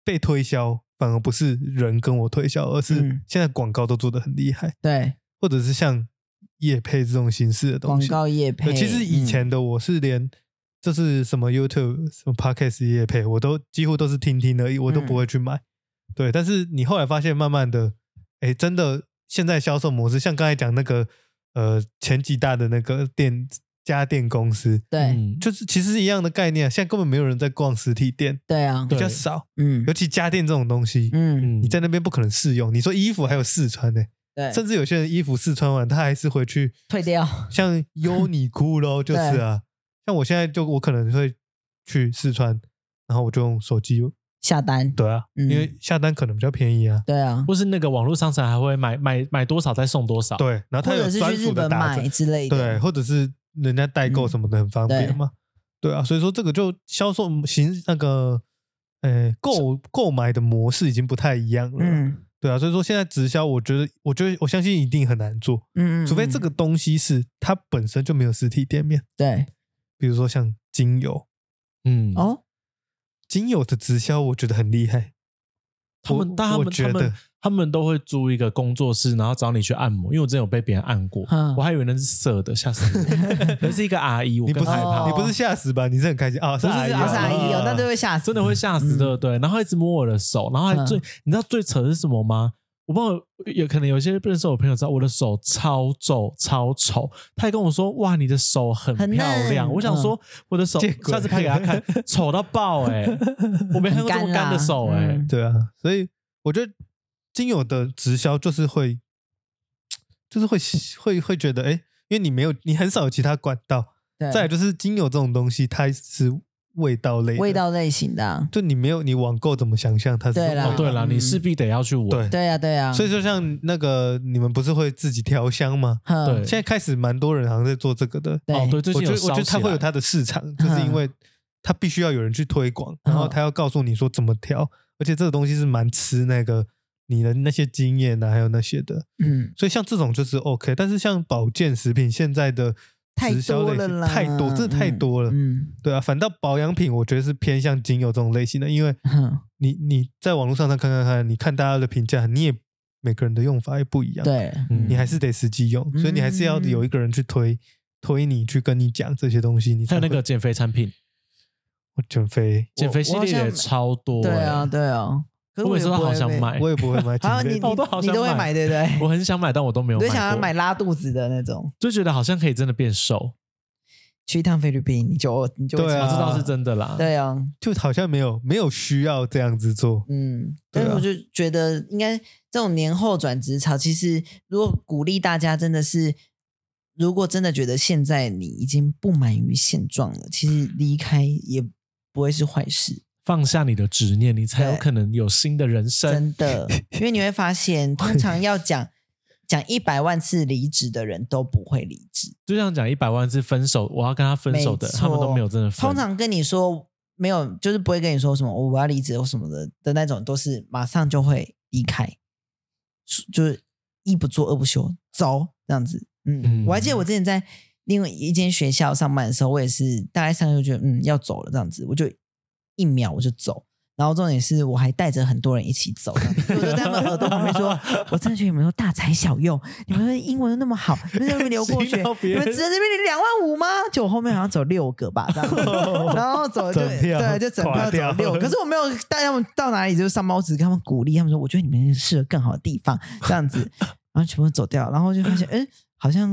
S3: 被推销，反而不是人跟我推销，而是
S2: 嗯
S3: 现在广告都做的很厉害，
S2: 对，
S3: 或者是像业配这种形式的东
S2: 广
S3: 西，
S2: 告业
S3: 对，
S2: 配，
S3: 其实以
S2: 嗯
S3: 前的我是连就是什么 YouTube、什么 Podcast 业配，我都几乎都是听听而已，我都
S2: 嗯
S3: 不会去买。对，但是你后来发现，慢慢的，哎，真的现在销售模式，像刚才讲那个呃前几大的那个电家电公司，
S2: 对
S1: 嗯
S3: 就是其实是一样的概念啊。现在根本没有人在逛实体店，
S2: 对啊，
S1: 对
S3: 比较少，
S2: 嗯
S3: 尤其家电这种东西，
S2: 嗯，
S1: 嗯
S3: 你在那边不可能试用。你说衣服还有试穿呢、
S2: 对，
S3: 甚至有些人衣服试穿完，他还是回去
S2: 退掉，
S3: 像优你库咯，就是啊，像我现在就我可能会去试穿，然后我就用手机，
S2: 下单，
S3: 对啊，
S2: 嗯
S3: 因为下单可能比较便宜啊，
S2: 对啊，
S1: 或是那个网络商城还会买买买多少再送多少，，
S3: 对，
S2: 或
S3: 然后他有
S2: 者是
S3: 专
S2: 去日
S3: 属的
S2: 本
S3: 打折
S2: 买，嗯之类的，
S3: 对，或者是人家代购什么的很方便嘛，对啊，所以说这个就销售型那个，呃，购购买的模式已经不太一样了，
S2: 嗯
S3: 对啊，所以说现在直销，我觉得，我觉得我相信一定很难做，
S2: 嗯，嗯
S3: 除非这
S2: 嗯
S3: 个东西是它本身就没有实体店面，
S2: 对
S3: 比如说像精油，
S1: 嗯，
S2: 哦，
S3: 精油的直销我觉得很厉害，
S1: 他
S3: 我
S1: 们但他
S3: 我
S1: 们
S3: 觉
S1: 他
S3: 得
S1: 们他们都会租一个工作室，然后找你去按摩，因为我之前有被别人按过
S2: 嗯，
S1: 我还以为那是色的，吓死 我，那是一个阿姨，我
S3: 你不
S1: 更
S3: 是
S1: 害怕
S2: 哦
S3: 你，不是吓死吧？你是很开心啊，是
S1: 不是
S3: 阿姨
S2: 阿
S3: 啊，
S1: 是
S2: 萨
S1: 阿
S2: 伊
S1: 姨
S2: 哦
S1: 啊，
S2: 那就会吓死，
S1: 真的会吓死，
S2: 嗯
S1: 对不对？然后一直摸我的手，然后还最
S2: 嗯
S1: 你知道最扯的是什么吗？我不知道有可能有些认识我的朋友知道我的手超皱超丑，他还跟我说：“哇，你的手很
S2: 很嫩嗯
S1: 漂亮。”我想说我的手
S3: 见鬼
S1: 下次拍给他 看，丑到爆哎！我没看过这么
S2: 很干啦
S1: 干的手哎
S2: 嗯，
S3: 对啊，所以我觉得精油的直销就是会，就是会会会觉得，哎、因为你没有，你很少有其他管道。
S2: 对
S3: 再来就是精油这种东西，它是味道类的，
S2: 味道类型的啊，
S3: 就你没有，你网购怎么想象它是
S2: 对啦
S1: 哦对了，
S2: 嗯
S1: 你势必得要去闻，
S3: 对
S2: 对啊对啊，
S3: 所以就像那个你们不是会自己调香吗？
S2: 哼
S1: 对
S3: 现在开始蛮多人好像在做这个的，
S1: 哦对，
S2: 对
S1: 最
S3: 我
S1: 近
S3: 觉
S1: 有
S3: 得我觉
S1: 烧
S3: 得它
S1: 起
S3: 会有
S1: 来
S3: 它的市 场，就是因为它必须要有人去推广，然后
S2: 嗯
S3: 它要告诉你说怎么调，而且这个东西是蛮吃那个你的那些经验啊，还有那些的，
S2: 嗯
S3: 所以像这种就是 OK，但是像保健食品现在的
S2: 太
S3: 直销
S2: 多
S3: 类
S2: 了
S3: 型
S2: 啦，
S3: 太 多，真的太
S2: 嗯
S3: 多了，
S2: 嗯
S3: 对啊，反倒保养品我觉得是偏向精油这种类型的，因为
S2: 嗯
S1: 嗯
S2: 哼，
S3: 你你在网络上上看看看，你看大家的评价，你也每个人的用法也不一样，
S2: 对，
S1: 嗯
S3: 你还是得实际用，所以你还是要
S2: 嗯
S3: 有一个人去推推你，去跟你讲这些东西。你
S1: 还
S3: 才
S1: 有那
S3: 会
S1: 个减肥产品，
S3: 我减肥，
S1: 减肥系列
S2: 我好
S1: 也
S2: 像
S1: 超多，欸
S2: 对啊，对啊，可是
S1: 我每次
S2: 也
S1: 都
S2: 不会
S1: 好想
S2: 被
S1: 买，
S3: 我也不会买
S2: 好
S3: 减
S2: 像你
S3: 肥
S2: 你
S1: 哦我都好
S2: 你
S1: 想
S2: 都会
S1: 买
S2: 买对不 对？
S1: 我很想买，但我都没有
S2: 我
S1: 买
S2: 就
S1: 过，
S2: 想要买拉肚子的那种，
S1: 就觉得好像可以真的变瘦，
S2: 去一趟菲律宾你就你就会
S3: 对
S1: 我
S3: 啊
S1: 知道是真的啦，
S2: 对啊，
S3: 就好像没有没有需要这样子做。
S2: 嗯，
S3: 对
S2: 但是
S3: 啊
S2: 我就觉得应该这种年后转职潮，其实如果鼓励大家，真的是如果真的觉得现在你已经不满于现状了，其实离开也不会是坏事，
S1: 放下你的执念，你才有
S2: 对
S1: 可能有新的人生。
S2: 真 的，因为你会发现，通常要讲讲一百万次离职的人都不会离职，
S1: 就像讲一百万次分手，我要跟他分手的，
S2: 没错
S1: 他们都没有真的分。
S2: 通常跟你说没有，就是不会跟你说什么哦我要离职或什么的的那种，都是马上就会离开，是就是一不做二不休，走这样子。嗯，
S1: 嗯
S2: 我还记得我之前在另外一间学校上班的时候，我也是大概上个月就觉得嗯要走了这样子，我就一秒我就走。然后重点是我还带着很多人一起走，我就在他们耳朵旁边说：“我真的觉得你们都大材小用，你们英文都那么好，你们在那边留过学，
S3: 洗脑啊别
S2: 你
S3: 人
S2: 们只在这边领两万五吗？”就我后面好像走六个吧，这样子然后走就
S3: 哦整票
S2: 对，就整
S3: 垮
S2: 票
S3: 掉
S2: 走六个。可是我没有带他们到哪里，就是上班，我只是跟他们鼓励，他们说：“我觉得你们适合更好的地方。”这样子，然后全部走掉，然后就发现，哎，好像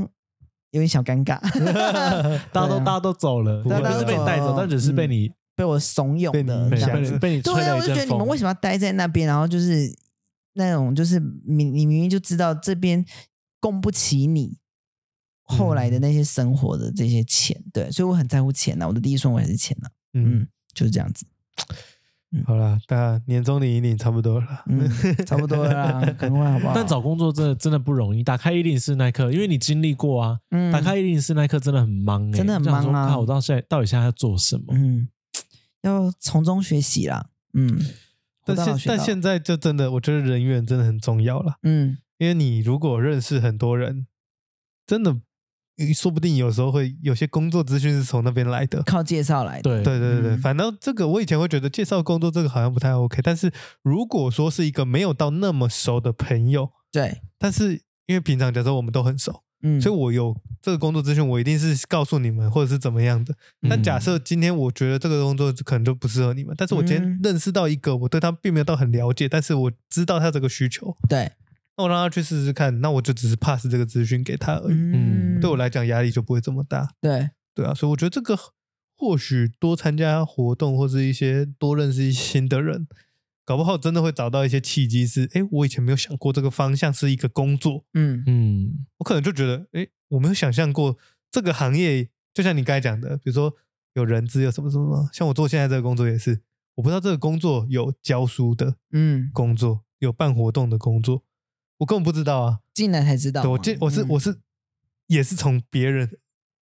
S2: 有点小尴尬，
S1: 大家都、
S2: 对啊
S1: 大家都走了，
S3: 对
S1: 也不是被你带走，
S2: 大家都走了
S1: 但
S2: 嗯
S1: 只是被你、
S2: 被我怂恿
S3: 被你
S2: 的
S3: 影
S1: 被
S2: 这
S1: 你
S3: 响
S2: 样
S1: 被
S2: 子
S1: 你。被你吹
S2: 对啊，
S1: 了
S2: 我
S1: 一
S2: 就觉得
S1: 阵
S2: 你们为
S1: 风。
S2: 什么要待在那边？然后就是那种就是你你明明就知道这边供不起你
S3: 嗯
S2: 后来的那些生活的这些钱，对，所以我很在乎钱啊呐、我的第一顺位还是钱呐、
S3: 嗯，
S2: 嗯，就是这样子，
S3: 好啦，大家年终领一领差不多了。
S2: 嗯，差不多了啦，赶快好不好？
S1: 但找工作真的真的不容易。打开一零四那一刻，因为你经历过啊，
S2: 嗯
S1: 打开一零四那一刻真的很忙、欸，
S2: 真的很忙啊
S1: 就想说看我到现在到底现在要做什么？
S2: 嗯，要从中学习啦，嗯，
S3: 但
S2: 活到老
S3: 现
S2: 学
S3: 但
S2: 到
S3: 现在就真的，我觉得人缘真的很重要啦。
S2: 嗯
S3: 因为你如果认识很多人，真的说不定有时候会有些工作资讯是从那边来的。
S2: 靠介绍来的，
S1: 对
S3: 对对对，对，
S2: 嗯
S3: 反正这个我以前会觉得介绍工作这个好像不太 OK，但是如果说是一个没有到那么熟的朋友，
S2: 对，
S3: 但是因为平常假设我们都很熟，
S2: 嗯，
S3: 所以我有这个工作资讯，我一定是告诉你们或者是怎么样的。但
S1: 嗯
S3: 假设今天我觉得这个工作可能就不适合你们，但是我今天
S2: 嗯
S3: 认识到一个我对他并没有到很了解，但是我知道他这个需求，
S2: 对，
S3: 那我让他去试试看，那我就只是 pass 这个资讯给他而已。
S2: 嗯，
S3: 对我来讲，压力就不会这么大。
S2: 对，
S3: 对啊，所以我觉得这个或许多参加活动或是一些多认识一些新的人，搞不好真的会找到一些契机是，哎，我以前没有想过这个方向是一个工作，
S2: 嗯
S1: 嗯，
S3: 我可能就觉得，哎，我没有想象过这个行业，就像你刚才讲的，比如说有人资有什么什么，像我做现在这个工作也是，我不知道这个工作有教书的
S2: 嗯，
S3: 工作，有办活动的工作，我根本不知道啊。
S2: 进来才知道嘛。
S3: 对我这我是
S2: 嗯
S3: 我是也是从别人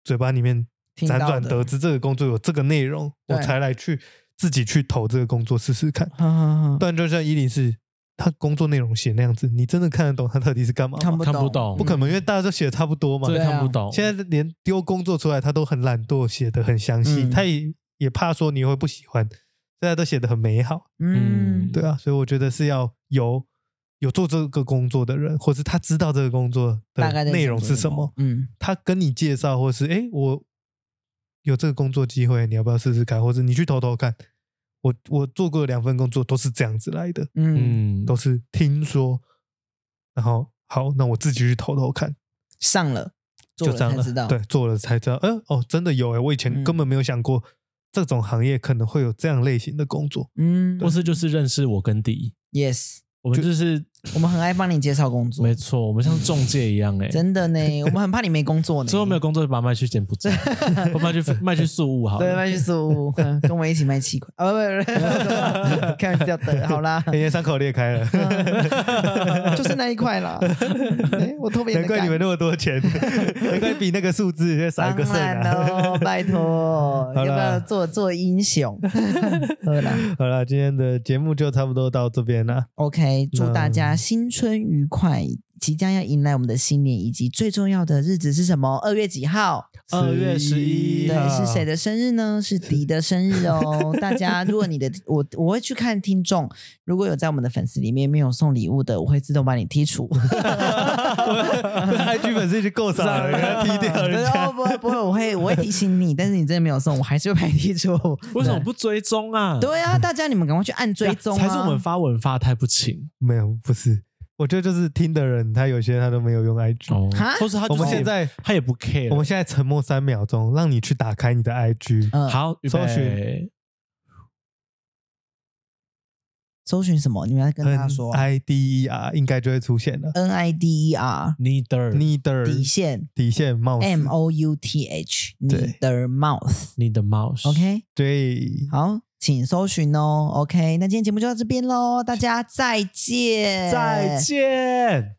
S3: 嘴巴里面
S2: 听
S3: 辗
S2: 到
S3: 转
S2: 的
S3: 得知这个工作有这个内容，我
S2: 对
S3: 才来去自己去投这个工作试试看。
S2: 哈哈哈
S3: 但就像伊林是他工作内容写那样子，你真的看得懂他到底是干嘛吗？
S2: 哦看
S1: 看不
S2: 不
S1: 懂
S3: 不可能，因为大家都写的差不多嘛
S1: 这。个
S2: 对啊
S1: 看不懂。
S3: 现在连丢工作出来，他都很懒惰，写的很详细，
S2: 嗯
S3: 他也也怕说你会不喜欢，现在都写的很美好。
S1: 嗯
S2: 嗯，
S3: 对啊，所以我觉得是要有有做这个工作的人，或是他知道这个工作
S2: 大概
S3: 的
S2: 在
S3: 内容
S2: 想
S3: 是
S2: 什
S3: 什么，
S2: 嗯，
S3: 他跟你介绍，或是诶，我有这个工作机会，你要不要试试看？或者你去投投看。我我做过两份工作都是这样子来的，
S2: 嗯，
S1: 嗯，
S3: 都是听说，然后好，那我自己去投投看，
S2: 上了，做
S3: 就
S2: 了
S3: 这样
S2: 才
S3: 了。
S2: 知道。
S3: 对，，做了才知道，呃，哦，真的有诶，我以前
S2: 嗯
S3: 根本没有想过这种行业可能会有这样类型的工作。
S2: 嗯
S1: 或是就是认识我跟迪，
S2: ，yes，
S1: 我们就是
S2: 我们很爱帮你介绍工作
S1: 没，错，我们像中介一样哎、欸。
S2: 真的呢，我们很怕你没工作呢。
S1: 之后没有工作就把它卖去柬埔 寨，或卖去卖去宿务好了。
S2: 对，卖去十五，跟我一起卖器官啊！不不不，开玩笑的，好 啦，
S3: 哎呀，伤口裂开了。
S2: 嗯就是那一块啦。对我特别
S3: 难怪你们那么 多钱，难怪比那个数字要少一
S2: 当
S3: 个剩
S2: 然喽，
S3: 啊。
S2: 拜托，
S3: 好啦
S2: 要不要做做英雄？ 好啦
S3: 好了，今天的节目就差不多到这边了。
S2: ，OK，祝大家新春愉快，即将要迎来我们的新年，以及最重要的日子是什么？二月几号？
S1: 2月11
S2: 对，
S3: 号
S2: 是谁？ 的生日呢？是迪的生日哦。大家，如果你的我我会去看听众，如果有在我们的粉丝里面没有送礼物的，我会自动把你剔除。
S3: IG 粉丝已经够 少了，给他踢掉人
S2: 但是 哦，
S3: 家。
S2: 不会不会，我会我会提醒你，但是你真的没有送，我还是会把你剔除。
S1: 为什么不追踪啊？
S2: 对？对啊，大家你们赶快去按追踪、啊，
S1: 才是我们发文发太不勤
S3: 没有，不是，我觉得就是听的人，他有些他都没有用 IG。
S1: 哦
S2: 哈
S1: 或是他就
S3: 啊我
S1: 是
S3: 们现在，
S1: 他也不 care。
S3: 我们现在沉默三秒钟，让你去打开你的 IG。
S2: 嗯
S1: 好，预备
S3: 搜寻
S2: 搜寻什么？你们要跟大家
S3: N
S2: 说
S3: I D E R 应该就会出现了。
S2: N I D E R
S1: neither
S3: Neither
S2: 底线
S3: 底线帽
S2: M O U T H 你
S3: 对
S2: 的 mouth。
S1: 你的 mouse。
S2: OK，
S3: 对，
S2: 好，请搜寻哦。OK，那今天节目就到这边喽，大家再见，
S1: 再见。